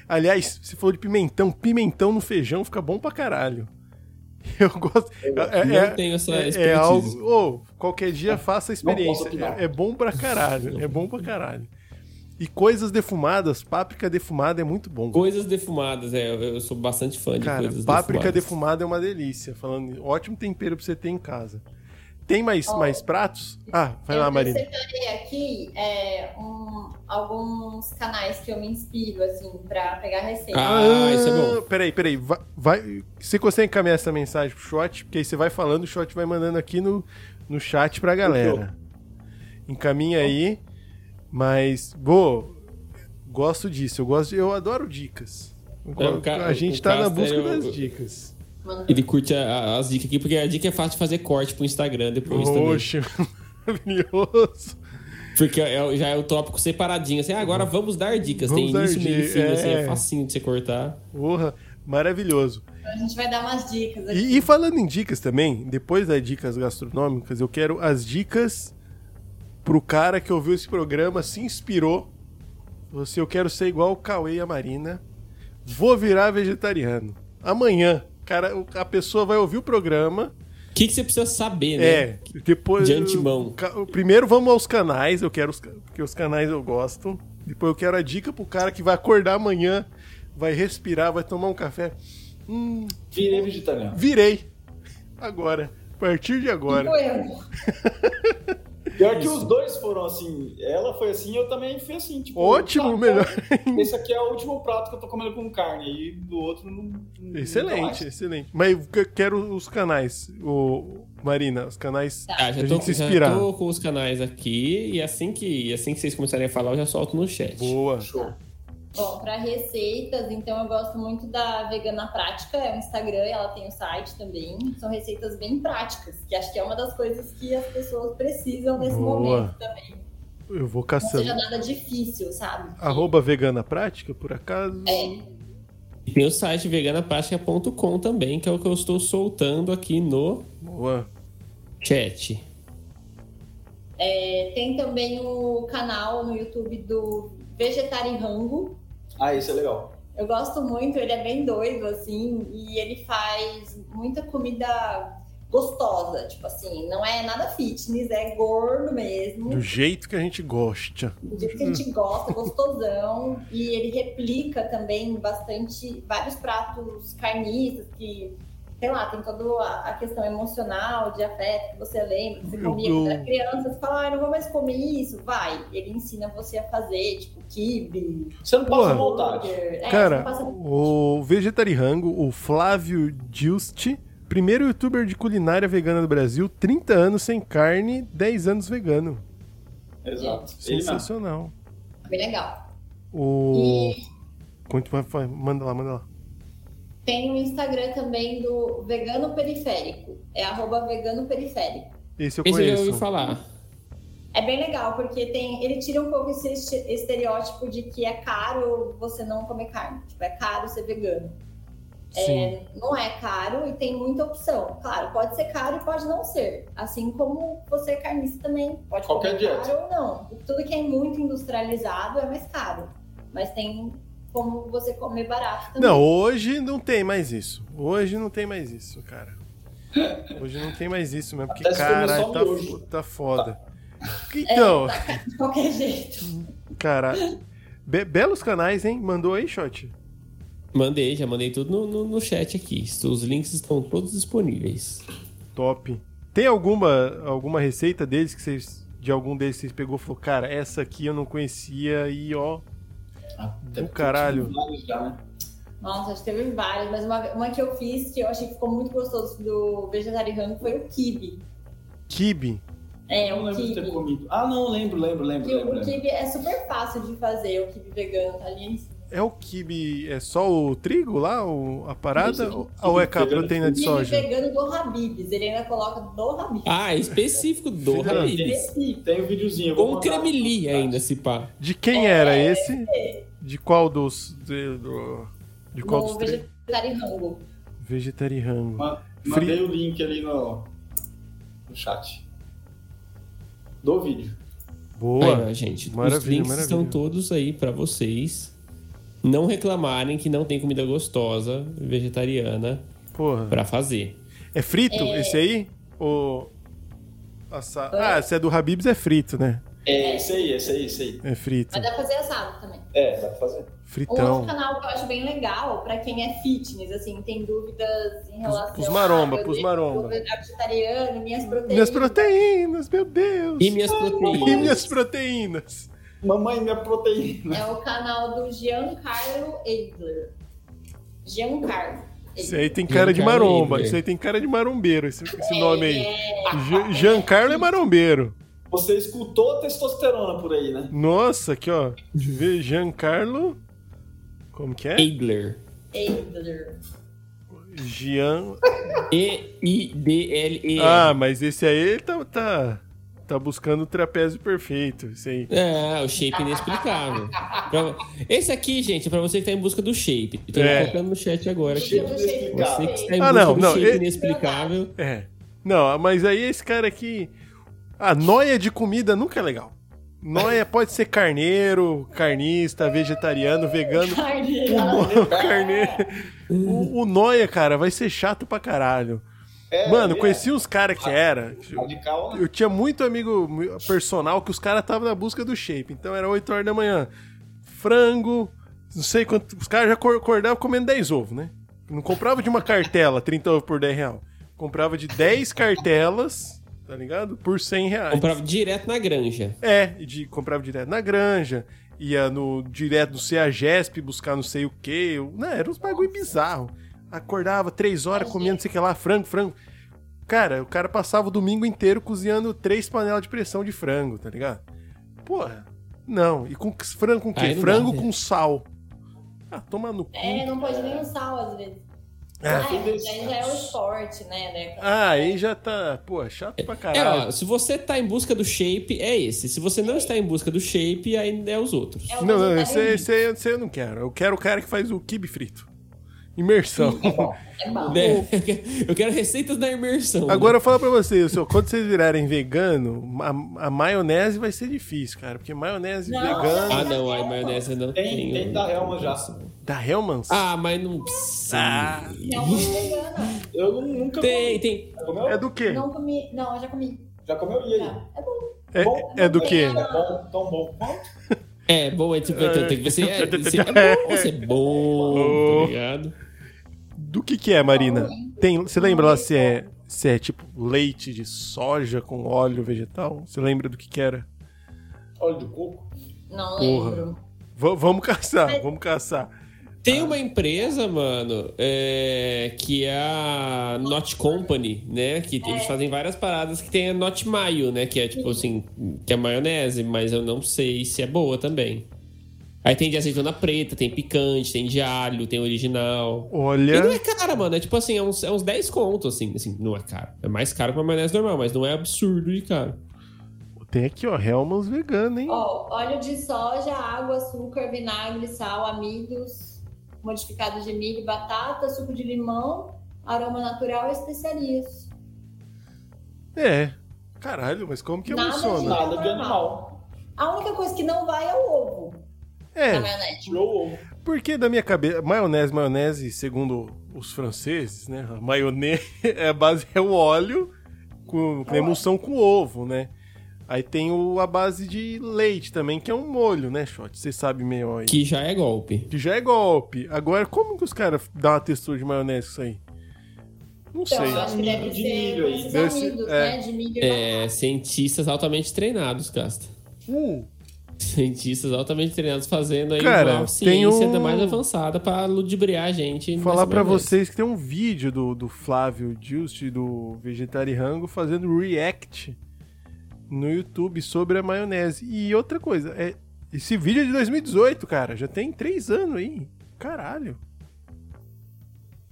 B: Aliás, você falou de pimentão, pimentão no feijão fica bom pra caralho. (laughs) Eu gosto. É,
A: não
B: é-
A: tenho essa
B: é- é,
A: expertise.
B: algo. Ô, qualquer dia faça a experiência.
D: posso opinar.
B: É, é bom pra caralho. É bom pra caralho. E coisas defumadas, páprica defumada é muito bom.
A: Coisas defumadas, é. Eu eu sou bastante fã de
B: Cara,
A: coisas
B: páprica
A: defumadas.
B: defumada é uma delícia. Falando, ótimo tempero pra você ter em casa. Tem mais,
C: Ó.
B: mais pratos? Ah, vai
C: eu
B: lá, Marina.
C: separei aqui é, um- alguns canais que eu me inspiro, assim, pra pegar receita.
A: Ah, isso é bom.
B: Peraí, peraí. Vai, vai- você consegue encaminhar essa mensagem pro Shot? Porque aí você vai falando, o Shot vai mandando aqui no, no chat pra galera. Encaminha aí. Mas, boa, gosto disso. Eu, gosto, de- eu adoro dicas. Eu
A: É, o
B: go-
A: ca-
B: a gente
A: o
B: tá na
A: Castro,
B: busca
A: eu-
B: das dicas.
C: Mano,
A: Ele curte a- a- as dicas aqui, porque a dica é fácil de fazer corte pro Instagram depois também.
B: Oxe, (laughs) maravilhoso.
A: Porque é o- já é o tópico separadinho, assim, ah, agora vamos dar dicas.
B: Vamos
A: Tem
B: dar
A: início, meio e
B: dica,
A: fim, assim,
B: é.
A: é facinho de você cortar.
B: Porra, maravilhoso.
C: a gente vai dar umas dicas aqui.
B: E, e falando em dicas também, depois das dicas gastronômicas, eu quero as dicas pro cara que ouviu esse programa, se inspirou. Você, eu quero ser igual o Cauê e a Marina. Vou virar vegetariano. Amanhã, cara, o- a pessoa vai ouvir o programa.
A: O que, que você precisa saber, né?
B: É, depois.
A: De antemão.
B: Ca- Primeiro vamos aos canais, eu quero os, ca- porque os canais eu gosto. Depois eu quero a dica pro cara que vai acordar amanhã, vai respirar, vai tomar um café. Hum,
D: Virei vegetariano.
B: Virei. Agora. A partir de agora.
C: Foi eu.
D: Pior que os dois foram assim. Ela foi assim eu também fui assim. Tipo,
B: Ótimo,
D: tá,
B: melhor.
D: então, Esse aqui é o último prato que eu tô comendo com carne. E do outro não. não-
B: Excelente,
D: não
B: excelente. Mas eu que- quero os canais, o Marina, os canais.
A: Ah, já
B: Pra
A: tô,
B: gente se
A: já
B: inspirar.
A: tô com os canais aqui e assim que, assim que vocês começarem a falar, eu já solto no chat.
B: Boa.
D: mais. Show.
C: Bom, para receitas, então eu gosto muito da Vegana Prática, é um Instagram, ela tem o site também. São receitas bem práticas, que acho que é uma das coisas que as pessoas precisam nesse
B: Boa. é
C: momento também.
B: Eu vou
C: Não seja
B: caçando.
C: nada difícil, sabe?
B: Arroba vegana prática, por acaso?
C: É.
A: E tem o site veganapática.com também, que é o que eu estou soltando aqui no
B: Boa.
A: chat.
C: É, tem também o canal no YouTube do Vegetariango.
D: Ah, isso é legal.
C: Eu gosto muito, ele é bem doido, assim, e ele faz muita comida gostosa, tipo assim, não é nada fitness, é gordo mesmo.
B: Do jeito que a gente gosta.
C: do jeito que a
B: Hum.
C: gente gosta, gostosão. e ele replica também bastante vários pratos carnistas que, sei lá, tem toda a a questão emocional, de afeto que você lembra, que você
B: Eu-
C: comia
B: eu-
C: quando era criança, você fala, ah, eu não vou mais comer isso. Vai, ele ensina você a fazer, tipo, kibe,
D: Você não passa
B: Porra.
D: vontade.
C: burger. É, você
B: Cara,
C: passa-
B: o Vegetariango, o Flávio Giusti, primeiro youtuber de culinária vegana do Brasil, 30 anos sem carne, 10 anos vegano.
D: Exato.
C: É.
D: Ele mesmo.
B: Sensacional.
C: bem legal.
B: O. Quanto vai- vai- Manda lá, manda lá.
C: Tem o Instagram também do Vegano Periférico, é arroba Vegano Periférico.
B: Esse eu
A: Esse eu já
B: conheço.
A: ouvi falar.
C: É bem legal, porque tem, ele tira um pouco esse este- estereótipo de que é caro você não comer carne. Tipo, é caro ser vegano.
B: Sim.
C: Não é caro e tem muita opção. Claro, pode ser caro e pode não ser. Assim como você é carnista também. Pode
D: Qualquer
C: comer
D: dieta.
C: caro ou não. Tudo que é muito industrializado é mais caro. Mas tem como você comer barato também.
B: Não, hoje não tem mais isso. Hoje não tem mais isso, cara. Hoje não tem mais isso mesmo, porque,
D: Até se comer
B: caralho,
D: só um É.
B: tá,
D: miojo.
B: fo- tá foda. Então,
C: É, tá, De qualquer jeito.
B: cara, be- belos canais, hein? Mandou aí, Shot?
A: Mandei, já mandei tudo no, no, no chat aqui. Os links estão todos disponíveis.
B: Top. Tem alguma, alguma receita deles que vocês. De algum deles que vocês pegou e falou, cara, essa aqui eu não conhecia e ó.
D: Até
B: Do caralho.
D: porque vários já, né?
C: Nossa, acho que teve várias, mas uma, uma que eu fiz que eu achei que ficou muito gostoso do vegetariano foi o kibe.
B: Kibe.
C: É,
D: Eu
C: o
D: não lembro de ter
C: kibe.
D: comido. Ah, não, lembro, lembro, lembro,
C: Que
D: lembro.
C: O
D: lembro.
C: kibe é super fácil de fazer, o kibe vegano, tá ali em cima.
B: É o kibe. É só o trigo lá? o- a parada?
D: Isso, né?
B: ou- ou é com a
D: kibe,
B: proteína de
C: Kibe
B: soja?
C: vegano do Habib's, ele ainda coloca do Habib's.
A: Ah, específico do
B: Filha da
A: Habibs.
D: Tem o videozinho. eu vou
A: Com
D: mandar.
A: cremeli ainda, se pá.
B: De quem era esse? De qual dos. De, do- de qual dos
C: no
B: três?
C: vegetariano.
B: Vegetariano.
D: Ma- Mandei o link ali no, no chat. Do vídeo.
B: Boa.
A: Aí, ó, gente. Os
B: Maravilha,
A: links estão
B: maravilha.
A: todos aí pra vocês não reclamarem que não tem comida gostosa vegetariana
B: Porra.
A: pra fazer.
B: É frito esse aí? Ou. assa- Ah, esse é do Habibs, é frito, né?
D: É, esse aí, esse aí, esse aí.
B: É frito.
C: Mas dá pra fazer assado também.
D: É, dá pra fazer.
C: Um
B: Fritão.
C: outro canal que eu acho bem legal pra quem é fitness, assim, tem dúvidas em relação
B: pros maromba,
C: ah, meu
B: pros
C: Deus,
B: maromba.
C: sou vegetariano, minhas proteínas.
B: Minhas proteínas, meu Deus.
A: E minhas
B: Ah, E
A: proteínas.
B: minhas proteínas.
D: Mamãe, minha proteína.
C: É o canal do Giancarlo Eidler. Giancarlo.
B: Isso aí tem cara de maromba.
A: Giancarlo.
B: Isso aí tem cara de marombeiro, esse, esse
C: É,
B: nome aí.
C: é,
B: Jean Giancarlo é marombeiro.
D: Você escutou a testosterona por aí, né?
B: Nossa, aqui ó. Deixa eu ver. Giancarlo. Como que é?
A: Eidler.
C: Eidler.
B: Gian.
A: E-I-D-L-E.
B: Ah, mas esse aí ele tá, tá, tá buscando o trapézio perfeito. Isso aí.
A: Ah, o shape inexplicável. Pra- Esse aqui, gente, é pra você que tá em busca do shape. Tô
B: É.
A: colocando no chat agora aqui.
D: Shape
A: Você que tá está em
B: Ah,
A: busca
B: não,
A: do
B: não,
A: shape
B: e-
A: inexplicável.
B: É. Não, mas aí esse cara aqui. A noia de comida nunca é legal. Noia pode ser carneiro, carnista, vegetariano,
D: (laughs)
B: vegano.
C: Carne.
B: O carneiro. O, o noia, cara, vai ser chato pra caralho.
D: É,
B: Mano,
D: é
B: conheci uns caras que era.
D: Radical, né?
B: Eu tinha muito amigo personal que os caras estavam na busca do shape. Então era 8 horas da manhã. Frango, não sei quanto. Os caras já acor- acordavam comendo 10 ovos, né? Não comprava de uma cartela 30 ovos por 10 real. Comprava de 10 cartelas, tá ligado? Por 100 reais.
A: Comprava direto na granja.
B: É, e de, comprava direto na granja, ia no direto no CEAGESP buscar não sei o quê. eu- Né, era uns bagulho bizarro. Acordava três horas comendo não sei o que lá, frango, frango. Cara, o cara passava o domingo inteiro cozinhando três panelas de pressão de frango, tá ligado?
C: É.
B: Porra, não. E com que- frango com o
A: Aí
B: quê?
A: não
B: Frango
A: dá, né?
B: com sal. Ah, toma no cu.
C: É, não pode nem o sal às vezes.
B: Ah.
C: Ah, mas aí já é o esporte, né? né?
B: Ah, aí já tá, pô, chato pra
A: É,
B: caralho.
A: ó, se você tá em busca do shape, é esse. Se você não está em busca do shape, aí é os outros.
C: É o
B: Não, não, esse,
C: vegetarianismo,
B: esse aí eu- esse aí eu não quero. Eu quero o cara que faz o quibe frito. Imersão.
C: (laughs) é bom.
A: Né? (laughs) Eu quero receitas da imersão. né?
B: Agora eu falo pra vocês, senhor, quando vocês virarem vegano, a, a maionese vai ser difícil, cara. Porque maionese
C: Não.
B: vegana
A: Ah, não, a maionese eu não
D: Tem-
A: tem.
D: tem da Helma já.
B: da Hellmann's.
A: Ah, mas não precisa.
B: Ah.
C: Não, eu sou É vegana.
D: Eu nu- nunca
A: Tem, tem.
D: Já comeu?
B: é do quê?
C: Não comi. Não, eu já comi.
D: Já comeu? E aí?
C: Não, é bom.
B: É,
D: Bom?
B: é do quê?
D: É bom, tão bom quanto?
A: É, bom, é tipo, então tem que ver se é, se é bom, se é
B: (laughs) Oh.
A: bom, tá ligado?
B: Do que que é, Marina? Tem, você lembra lá se é, se é tipo leite de soja com óleo vegetal? Você lembra do que que era?
D: Óleo de coco.
C: Não
B: Porra.
C: lembro.
B: V- vamos caçar, vamos caçar.
A: Tem uma empresa, mano, é, que é a Not Company, né? Que eles fazem várias paradas que tem a Not Mayo, né? Que é tipo assim, que é maionese, mas eu não sei se é boa também. Aí tem de azeitona preta, tem picante, tem de alho, tem original. E não
B: Olha,
A: é cara, mano. É tipo assim, é uns, é uns 10 contos, assim. assim. Não é caro. É mais caro que uma maionese normal, mas não é absurdo de caro.
B: tem aqui, ó, Hellmann's vegano, hein?
C: é Ó, óleo de soja, água, açúcar, vinagre, sal, amigos, modificados de milho, batata, suco de limão, aroma natural e especiarias.
B: É. Caralho, mas como que
C: Nada
B: funciona?
D: Nada de
C: normal. A única coisa que não vai é o ovo
B: É,
C: na maionese.
D: Tirou o ovo.
B: Porque da minha cabeça, maionese, maionese, segundo os franceses, né? A maionese (laughs) é a base é o óleo com com emulsão com ovo, né? Aí tem o, a base de leite também, que é um molho, né, Shot? Você sabe melhor aí.
A: Que já é golpe.
B: Que já é golpe. Agora, como que os caras dão uma textura de maionese com isso aí? Não
C: Então,
B: sei.
C: eu acho que deve
D: De
C: ser
D: milho
C: com
D: aí.
C: esses
B: Deve ser-
C: amidos,
B: é.
C: né? De milho.
A: É, cientistas altamente treinados, Casta.
B: Uh,
A: Cientistas altamente treinados fazendo aí
B: Cara,
A: uma
B: tem
A: ciência
B: um-
A: da mais avançada pra ludibriar a gente.
B: falar
A: nessa
B: pra
A: maneira.
B: vocês que tem um vídeo do, do Flávio Just do Vegetari Rango fazendo react no YouTube sobre a maionese. E outra coisa, é esse vídeo é de 2018, cara. Já tem três anos aí. Caralho.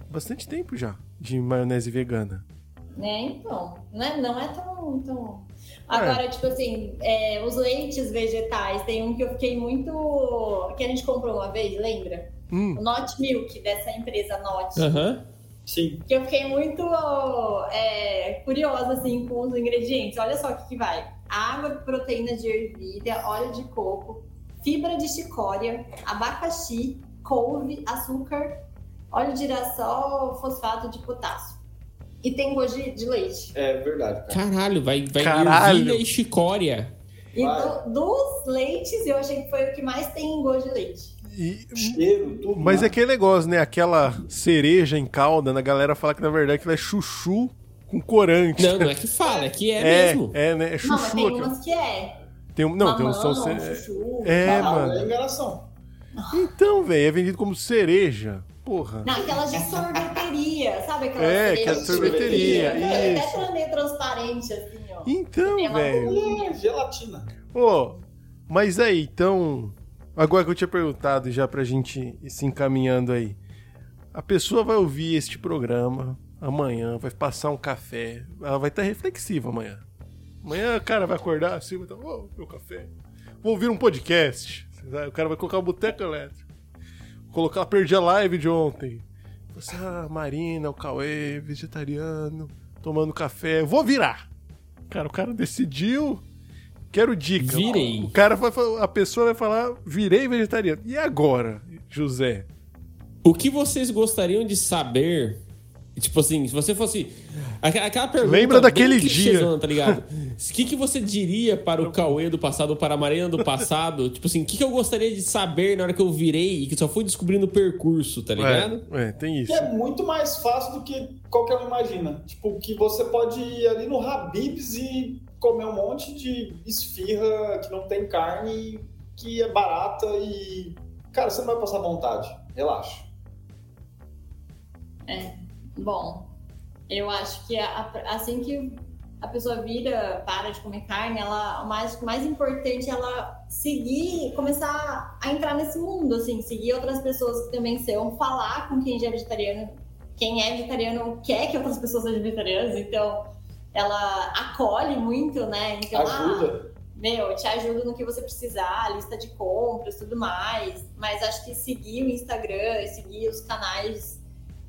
B: Bastante tempo já de maionese vegana.
C: Né, então. Não é, não é tão. tão... Agora, tipo assim, é, os leites vegetais, tem um que eu fiquei muito. que a gente comprou uma vez, lembra?
B: Hum,
C: O Not Milk, dessa empresa Not.
A: Aham.
D: Sim.
C: Que eu fiquei muito é, curiosa, assim, com os ingredientes. Olha só o que, que vai. Água, proteína de ervilha, óleo de coco, fibra de chicória, abacaxi, couve, açúcar, óleo de girassol, fosfato de potássio. E tem gosto de, de leite.
D: É verdade, cara.
A: Caralho, vai, vai
B: Caralho.
A: ervilha e chicória.
C: E
D: Vai.
C: do- dos leites, eu achei que foi o que mais tem gosto de leite.
B: e-
D: Cheiro, tudo.
B: mas é
D: né?
B: aquele negócio, né? Aquela cereja em calda, né? a galera fala que na verdade aquilo é chuchu com corante.
A: Não, não é que fala, é que é, mesmo.
B: (laughs) É, né? É chuchu.
C: não, mas tem
B: aquilo.
C: umas que é.
B: Tem um- não, tem uns
C: Mamão,
B: são cere...
C: chuchu.
B: É,
D: Ah,
B: mano.
D: É enganação.
B: Então, velho, é vendido como cereja. Porra.
C: Não, aquelas de sorveteria, sabe? Aquelas
B: É,
C: cerejas
B: aquela
C: de
D: sorveteria,
C: sorveteria. É,
B: isso.
C: Até pra meio transparente, assim, ó.
B: Então,
C: É uma
B: velho.
D: É gelatina.
B: Ô, mas aí, então. Agora que eu tinha perguntado já pra gente ir se encaminhando aí. A pessoa vai ouvir este programa amanhã, vai passar um café. Ela vai estar reflexiva amanhã. Amanhã o cara vai acordar assim, vai estar, ô, meu café. Vou ouvir um podcast. sabe? O cara vai colocar o boteco elétrico. Colocar, perdi a live de ontem. Você, ah, Marina, o Cauê, vegetariano, tomando café. Vou virar. Cara, o cara decidiu. Quero dica.
A: Virei.
B: O cara vai falar- a pessoa vai falar, virei vegetariano. E agora, José?
A: O que vocês gostariam de saber? Tipo assim, se você fosse. aqua- Aquela pergunta.
B: Lembra daquele
A: bem clichêzona,
B: dia.
A: Tá
B: (laughs)
A: ligado? O que, que você diria para o Cauê do passado, para a Mariana do passado? (laughs) tipo assim, o que, que eu gostaria de saber na hora que eu virei e que só fui descobrindo o percurso, tá ligado?
B: É, é, tem
D: Que
B: isso.
D: é muito mais fácil do que qualquer um imagina. Tipo, que você pode ir ali no Habib's e comer um monte de esfirra que não tem carne, que é barata e. Cara, você não vai passar vontade. Relaxa.
C: Bom, eu acho que a- a- assim que a pessoa vira, para de comer carne, ela, o mais, o mais importante é ela seguir, começar a entrar nesse mundo, assim, seguir outras pessoas que também são, falar com quem já é vegetariano. Quem é vegetariano quer que outras pessoas sejam vegetarianas, então ela acolhe muito, né? Então, ah,
D: Ajuda.
C: meu, eu te ajudo no que você precisar, lista de compras, tudo mais. Mas acho que seguir o Instagram, seguir os canais,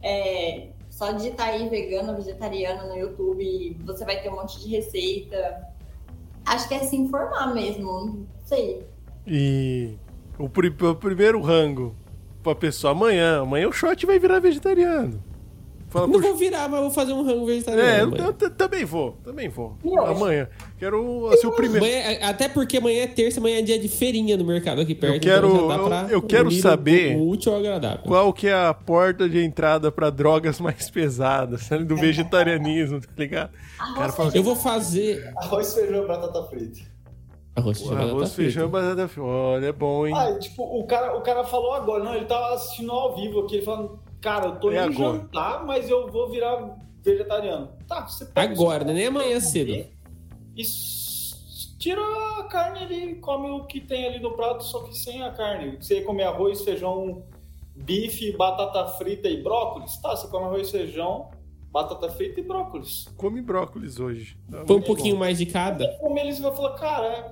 C: é, só digitar aí vegano, vegetariano no YouTube, e você vai ter um monte de receita. Acho que é se informar mesmo, não sei.
B: E o, pri- o primeiro rango pra pessoa amanhã. Amanhã o shot vai virar vegetariano. Fala
A: Não
B: pro
A: vou virar, mas vou fazer um rango vegetariano.
B: É, eu,
A: mano.
B: eu t- também vou, também vou.
C: E hoje?
B: Amanhã. Quero assim, o primeiro.
A: Amanhã- até porque amanhã é terça, amanhã é dia de feirinha no mercado aqui perto.
B: quero-
A: então já dá
B: eu-
A: pra
B: eu quero
A: unir o-
B: saber-
A: O útil ao agradável.
B: Qual que é a porta de entrada pra drogas mais pesadas, sabe? Do vegetarianismo, tá ligado? O cara fala,
A: Eu vou fazer.
D: Arroz, feijão e batata frita.
A: Arroz, feijão, batata
B: arroz,
A: frita.
B: feijão, batata frita. Olha, é bom, hein?
D: Ah, e, tipo, o cara, o cara falou agora, não, ele tava assistindo ao vivo aqui, ele falando, cara, eu tô
B: É
D: indo
B: agora.
D: jantar, mas eu vou virar vegetariano. Tá, você pega
A: Agora,
D: isso,
A: né? nem amanhã cedo.
D: E s- tira a carne ali, come o que tem ali no prato, só que sem a carne. Você ia comer arroz, feijão, bife, batata frita e brócolis? Tá, você come arroz, feijão, batata frita e brócolis.
B: Come brócolis hoje.
A: Põe
B: Tá
A: um
B: muito
A: pouquinho mais de cada.
D: Você comer eles vai falar, cara, é,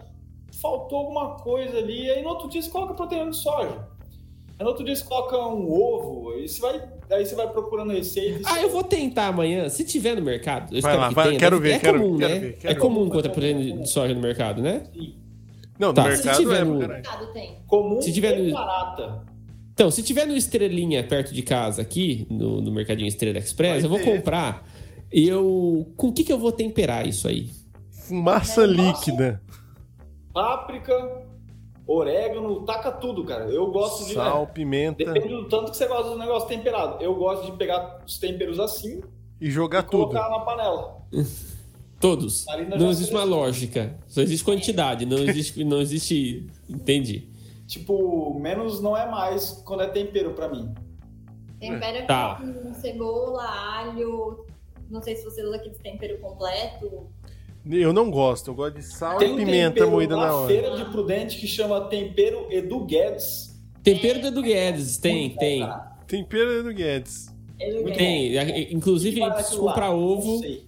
D: faltou alguma coisa ali. E aí no outro dia você coloca proteína de soja. Aí no outro dia você coloca um ovo, aí você vai, aí você vai procurando receita. e
A: Ah,
D: você-
A: eu vou tentar amanhã. Se tiver no mercado, eu
B: Vai
A: espero
B: lá,
A: que
B: vai,
A: tenha.
B: quero
A: né?
B: ver,
A: é
B: quero-
A: comum,
B: quero
A: né?
B: ver, quero
A: é
B: ver.
A: comum encontrar proteína de soja no mercado, né?
B: Não, no
A: Tá, se
B: mercado
A: tiver
B: é
A: no-
B: pra caralho.
C: Mercado tem.
D: Comum
A: Se tiver
D: e
A: no-
D: barata.
A: Então, se tiver no Estrelinha perto de casa aqui, no, no Mercadinho Estrela Express,
B: Vai
A: eu vou
B: ter.
A: comprar. Eu. Com o que, que eu vou temperar isso aí?
B: Fumaça
C: Mas eu gosto-
B: líquida.
D: Páprica, orégano, taca tudo, cara. Eu gosto de.
B: Sal,
D: né,
B: pimenta.
D: depende do tanto que você gosta do negócio temperado. Eu gosto de pegar os temperos assim
B: E jogar
D: e
B: tudo.
D: colocar na panela.
A: Todos.
D: Marina
A: Não
D: já
A: existe uma
D: selecionou.
A: lógica. Só existe quantidade. Não existe. Não existe. Entendi.
D: Tipo, menos não é mais quando é tempero pra mim.
C: Tempera
A: Tá.
C: é com cebola, alho. Não sei se você usa aquele tempero completo.
B: Eu não gosto, eu gosto de sal
D: Tem
B: e
D: um
B: pimenta
D: tempero
B: moída
D: na
B: na hora.
D: feira de Prudente que chama tempero Edu Guedes. Tá.
A: Tempero do Edu Guedes. Tem,
D: Muito
A: tem.
D: barato.
B: Tempero é do Guedes.
C: Ele
D: Muito
C: é-
A: Tem. A- Inclusive,
D: Barato
A: preciso
D: lá,
A: comprar
D: não
A: ovo.
D: sei.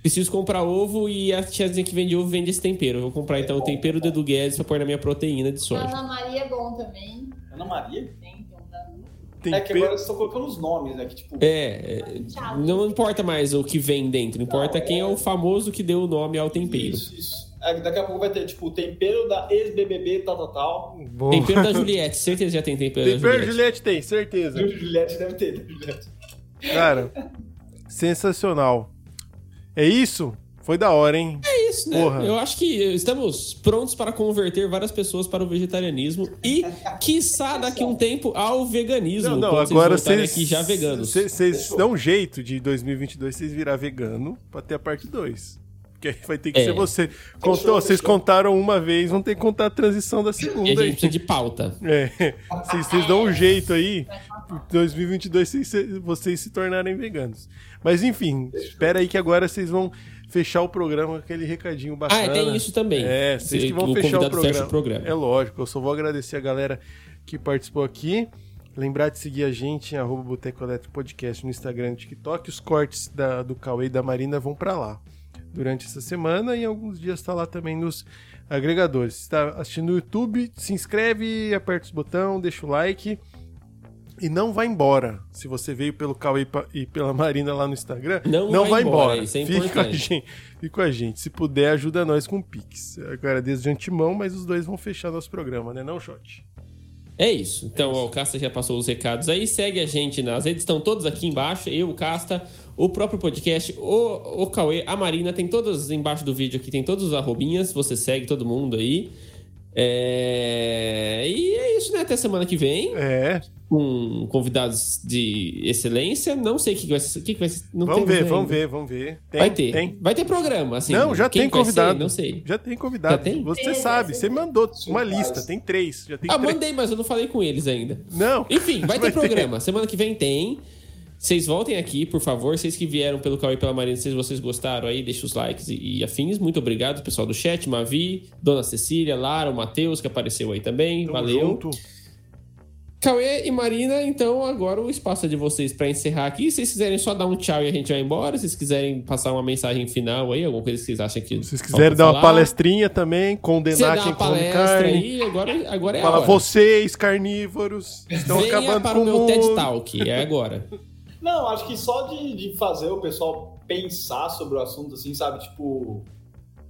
A: Preciso comprar ovo e a tiazinha que vende ovo vende esse tempero. Eu vou comprar então o tempero do Edu Guedes pra pôr na minha proteína de soja.
C: Ana Maria é bom também.
D: Ana Maria?
C: Tem, então dá muito.
D: É que agora
B: Tempero.
D: eu estou colocando os nomes, né? Que tipo,
A: É, é,
C: Tchau.
A: não importa mais o que vem dentro, importa quem é o famoso que deu o nome ao tempero.
D: Isso, isso. É, daqui a pouco vai ter, tipo, o tempero da ex-BBB, tal, tal, tal.
B: Bom.
A: Tempero (laughs) da Juliette, certeza já tem tempero, é da
B: Tempero
A: Juliette.
B: Juliette tem, certeza.
D: Júlio (laughs) Juliette deve ter, né, Juliette.
B: Cara, sensacional. É isso? Foi da hora, hein?
A: É isso, né?
B: Porra.
A: Eu acho que estamos prontos para converter várias pessoas para o vegetarianismo e, quiçá, daqui a um tempo, ao veganismo.
B: Não, não,
A: quando
B: agora
A: voltarem
B: vocês.
A: aqui já veganos.
B: Vocês vocês dão um jeito de 2022 vocês virar vegano pra ter a parte 2. Porque aí vai ter que
A: É.
B: ser você. Contou,
D: Fechou,
B: vocês
D: fechou.
B: contaram uma vez, vão ter que contar a transição
A: E
B: da
A: a
B: segunda.
A: gente
B: aí.
A: precisa de pauta.
B: É. Vocês, vocês dão um jeito aí. Em 2022 vocês, vocês se tornarem veganos. Mas enfim, espera aí que agora vocês vão fechar o programa com aquele recadinho
A: Ah,
B: bacana.
A: é, tem isso também.
B: É, vocês
A: Se
B: que vão
A: o
B: fechar o
A: convidado fecha
B: programa.
A: o programa.
B: É lógico, eu só vou agradecer a galera que participou aqui. Lembrar de seguir a gente em arroba Boteco Elétrico Podcast no Instagram e no TikTok. Os cortes da- do Cauê e da Marina vão para lá durante essa semana e alguns dias está lá também nos agregadores. Se está assistindo no YouTube, se inscreve, aperta os botões, deixa o like e não vai embora. Se você veio pelo Cauê e pa- e pela Marina lá no Instagram,
A: Não vai embora, isso é
B: Fica com a
A: importante.
B: gente, fica com a gente. Se puder, ajuda nós com o Pix. Eu agradeço de antemão, mas os dois vão fechar nosso programa, né, não, Shot?
A: É isso. Então, ó, o Casta já passou os recados aí. Segue a gente nas redes, estão todos aqui embaixo. Eu, o Casta, o próprio podcast, o, o Cauê, a Marina, tem todas embaixo do vídeo aqui, tem todos os arrobinhas. Você segue todo mundo aí. É... E é isso, né? Até semana que vem,
B: É,
A: com convidados de excelência. Não sei o que, que vai ser. o que que vai ser- não
B: vamos
A: temos
B: ver,
A: ainda.
B: vamos ver, vamos ver. Tem,
A: vai ter.
B: tem.
A: Vai ter programa, assim.
B: não, já
A: Quem
B: tem
A: vai ser,
B: convidado.
A: não sei.
B: Já tem convidado.
A: Já tem?
B: Você
C: Tem,
B: sabe,
C: tem.
B: você mandou uma
D: Sim,
B: lista,
D: faz.
B: tem três. Já tem
A: Ah,
B: três.
A: mandei, mas eu não falei com eles ainda.
B: Não,
A: Enfim,
B: (laughs)
A: vai ter
B: Vai ter.
A: programa. Semana que vem tem. Vocês voltem aqui, por favor. Vocês que vieram pelo Cauê e pela Marina, se vocês gostaram aí, deixa os likes e, e afins. Muito obrigado, pessoal do chat, Mavi, Dona Cecília, Lara, o Matheus, que apareceu aí também.
B: tamo
A: Valeu.
B: junto.
A: Cauê e Marina, então agora o espaço é de vocês para encerrar aqui. Se vocês quiserem só dar um tchau e a gente vai embora. Se vocês quiserem passar uma mensagem final aí, alguma coisa que vocês acham que.
B: Se vocês
A: falta
B: quiserem dar uma
A: falar.
B: palestrinha também,
A: Se você
B: condenar
A: dá
B: quem
A: uma
B: come
A: palestra
B: carne.
A: aí, agora, agora é a
B: Fala,
A: hora.
B: vocês, carnívoros, estão
A: Venha
B: acabando
A: para
B: com
A: o meu
B: mundo.
A: TED Talk, é agora.
D: Não, acho que só de, de fazer o pessoal pensar sobre o assunto, assim, sabe? Tipo,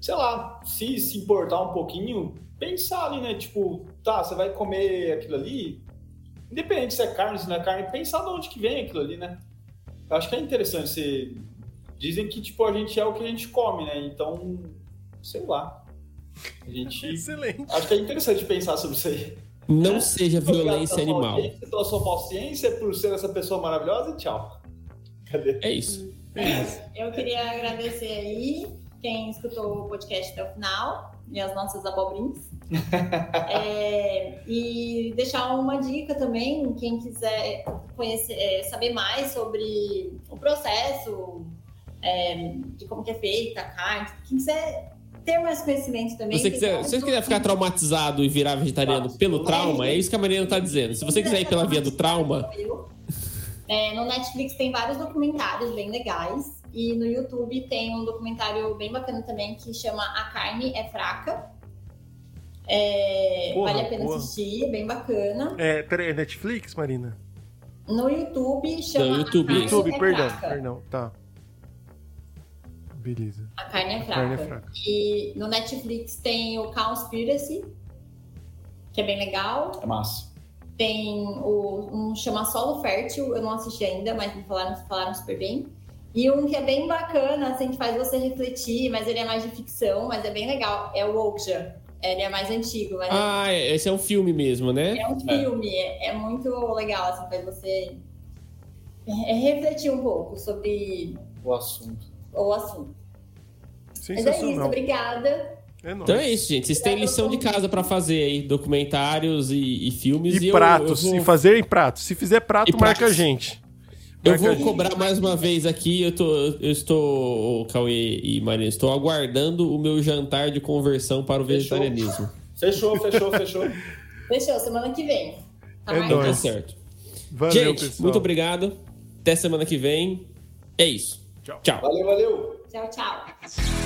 D: sei lá, se se importar um pouquinho, pensar ali, né? Tipo, tá, você vai comer aquilo ali, independente se é carne, se não é carne, pensar de onde que vem aquilo ali, né? Eu acho que é interessante você... Dizem que, tipo, a gente é o que a gente come, né? Então, sei lá. A gente...
B: Excelente.
D: Acho que é interessante pensar sobre isso aí.
A: Não seja
D: Muito obrigado
A: (laughs) violência
D: pela sua
A: animal.
D: audiência, Pela sua paciência, por ser essa pessoa maravilhosa e tchau. Cadê?
A: É isso.
C: (laughs) Eu queria agradecer aí quem escutou o podcast até o final e as
A: (laughs)
C: nossas abobrinhas. É, e deixar uma dica também, quem quiser conhecer, é, saber mais sobre o processo, é, de como que é feita a carne, quem quiser ter mais conhecimento também.
A: Se você
C: tem um
A: quiser, se você quiser ficar traumatizado e virar vegetariano pelo trauma, é isso que a Mariana tá dizendo. Se você quiser ir pela via do trauma,
C: (laughs) É, no Netflix tem vários documentários bem legais. E no YouTube tem um documentário bem bacana também que chama A Carne é Fraca. É,
B: Porra,
C: vale a pena
B: porra.
C: assistir, é bem bacana.
B: É, peraí, é Netflix, Marina?
C: No YouTube chama
A: Não, YouTube,
C: A Carne
A: isso.
B: YouTube,
C: é
B: perdão,
C: Fraca.
B: perdão, tá. Beleza.
C: A Carne é Fraca.
B: Carne é fraca.
C: E no Netflix tem o Conspiracy, que é bem legal.
D: É massa.
C: Tem o, um chama Solo Fértil, eu não assisti ainda, mas me falaram, falaram super bem. E um que é bem bacana, assim, que faz você refletir, mas ele é mais de ficção, mas é bem legal, é o Okja. Ele é mais antigo, mas
A: Ah, é- esse é um filme mesmo, né?
C: é um filme, é, é muito legal, assim, faz você é, é refletir um pouco sobre
D: o assunto.
C: o assunto. Mas é isso,
B: Sensacional.
C: obrigada.
B: É nóis.
A: Então é isso, gente. Vocês têm lição de casa pra fazer aí, documentários e, e filmes.
B: E
A: eu-
B: pratos,
A: eu vou-
B: e fazer em pratos. Se fizer prato,
A: E
B: marca
A: pratos.
B: a gente.
A: Eu
B: Marca a
A: vou
B: gente.
A: cobrar mais uma vez aqui. Eu, tô, eu estou, ô, Cauê e Marina, estou aguardando o meu jantar de conversão para o
D: Fechou.
A: vegetarianismo.
D: Fechou, fechou, fechou.
C: Fechou, semana que vem. Tá
B: É
C: mais?
A: Então tá
B: Nós.
A: certo.
B: Valeu,
A: Gente,
B: pessoal.
A: muito obrigado. Até semana que vem. É isso.
B: Tchau.
A: Tchau.
D: Valeu, valeu.
C: Tchau, tchau.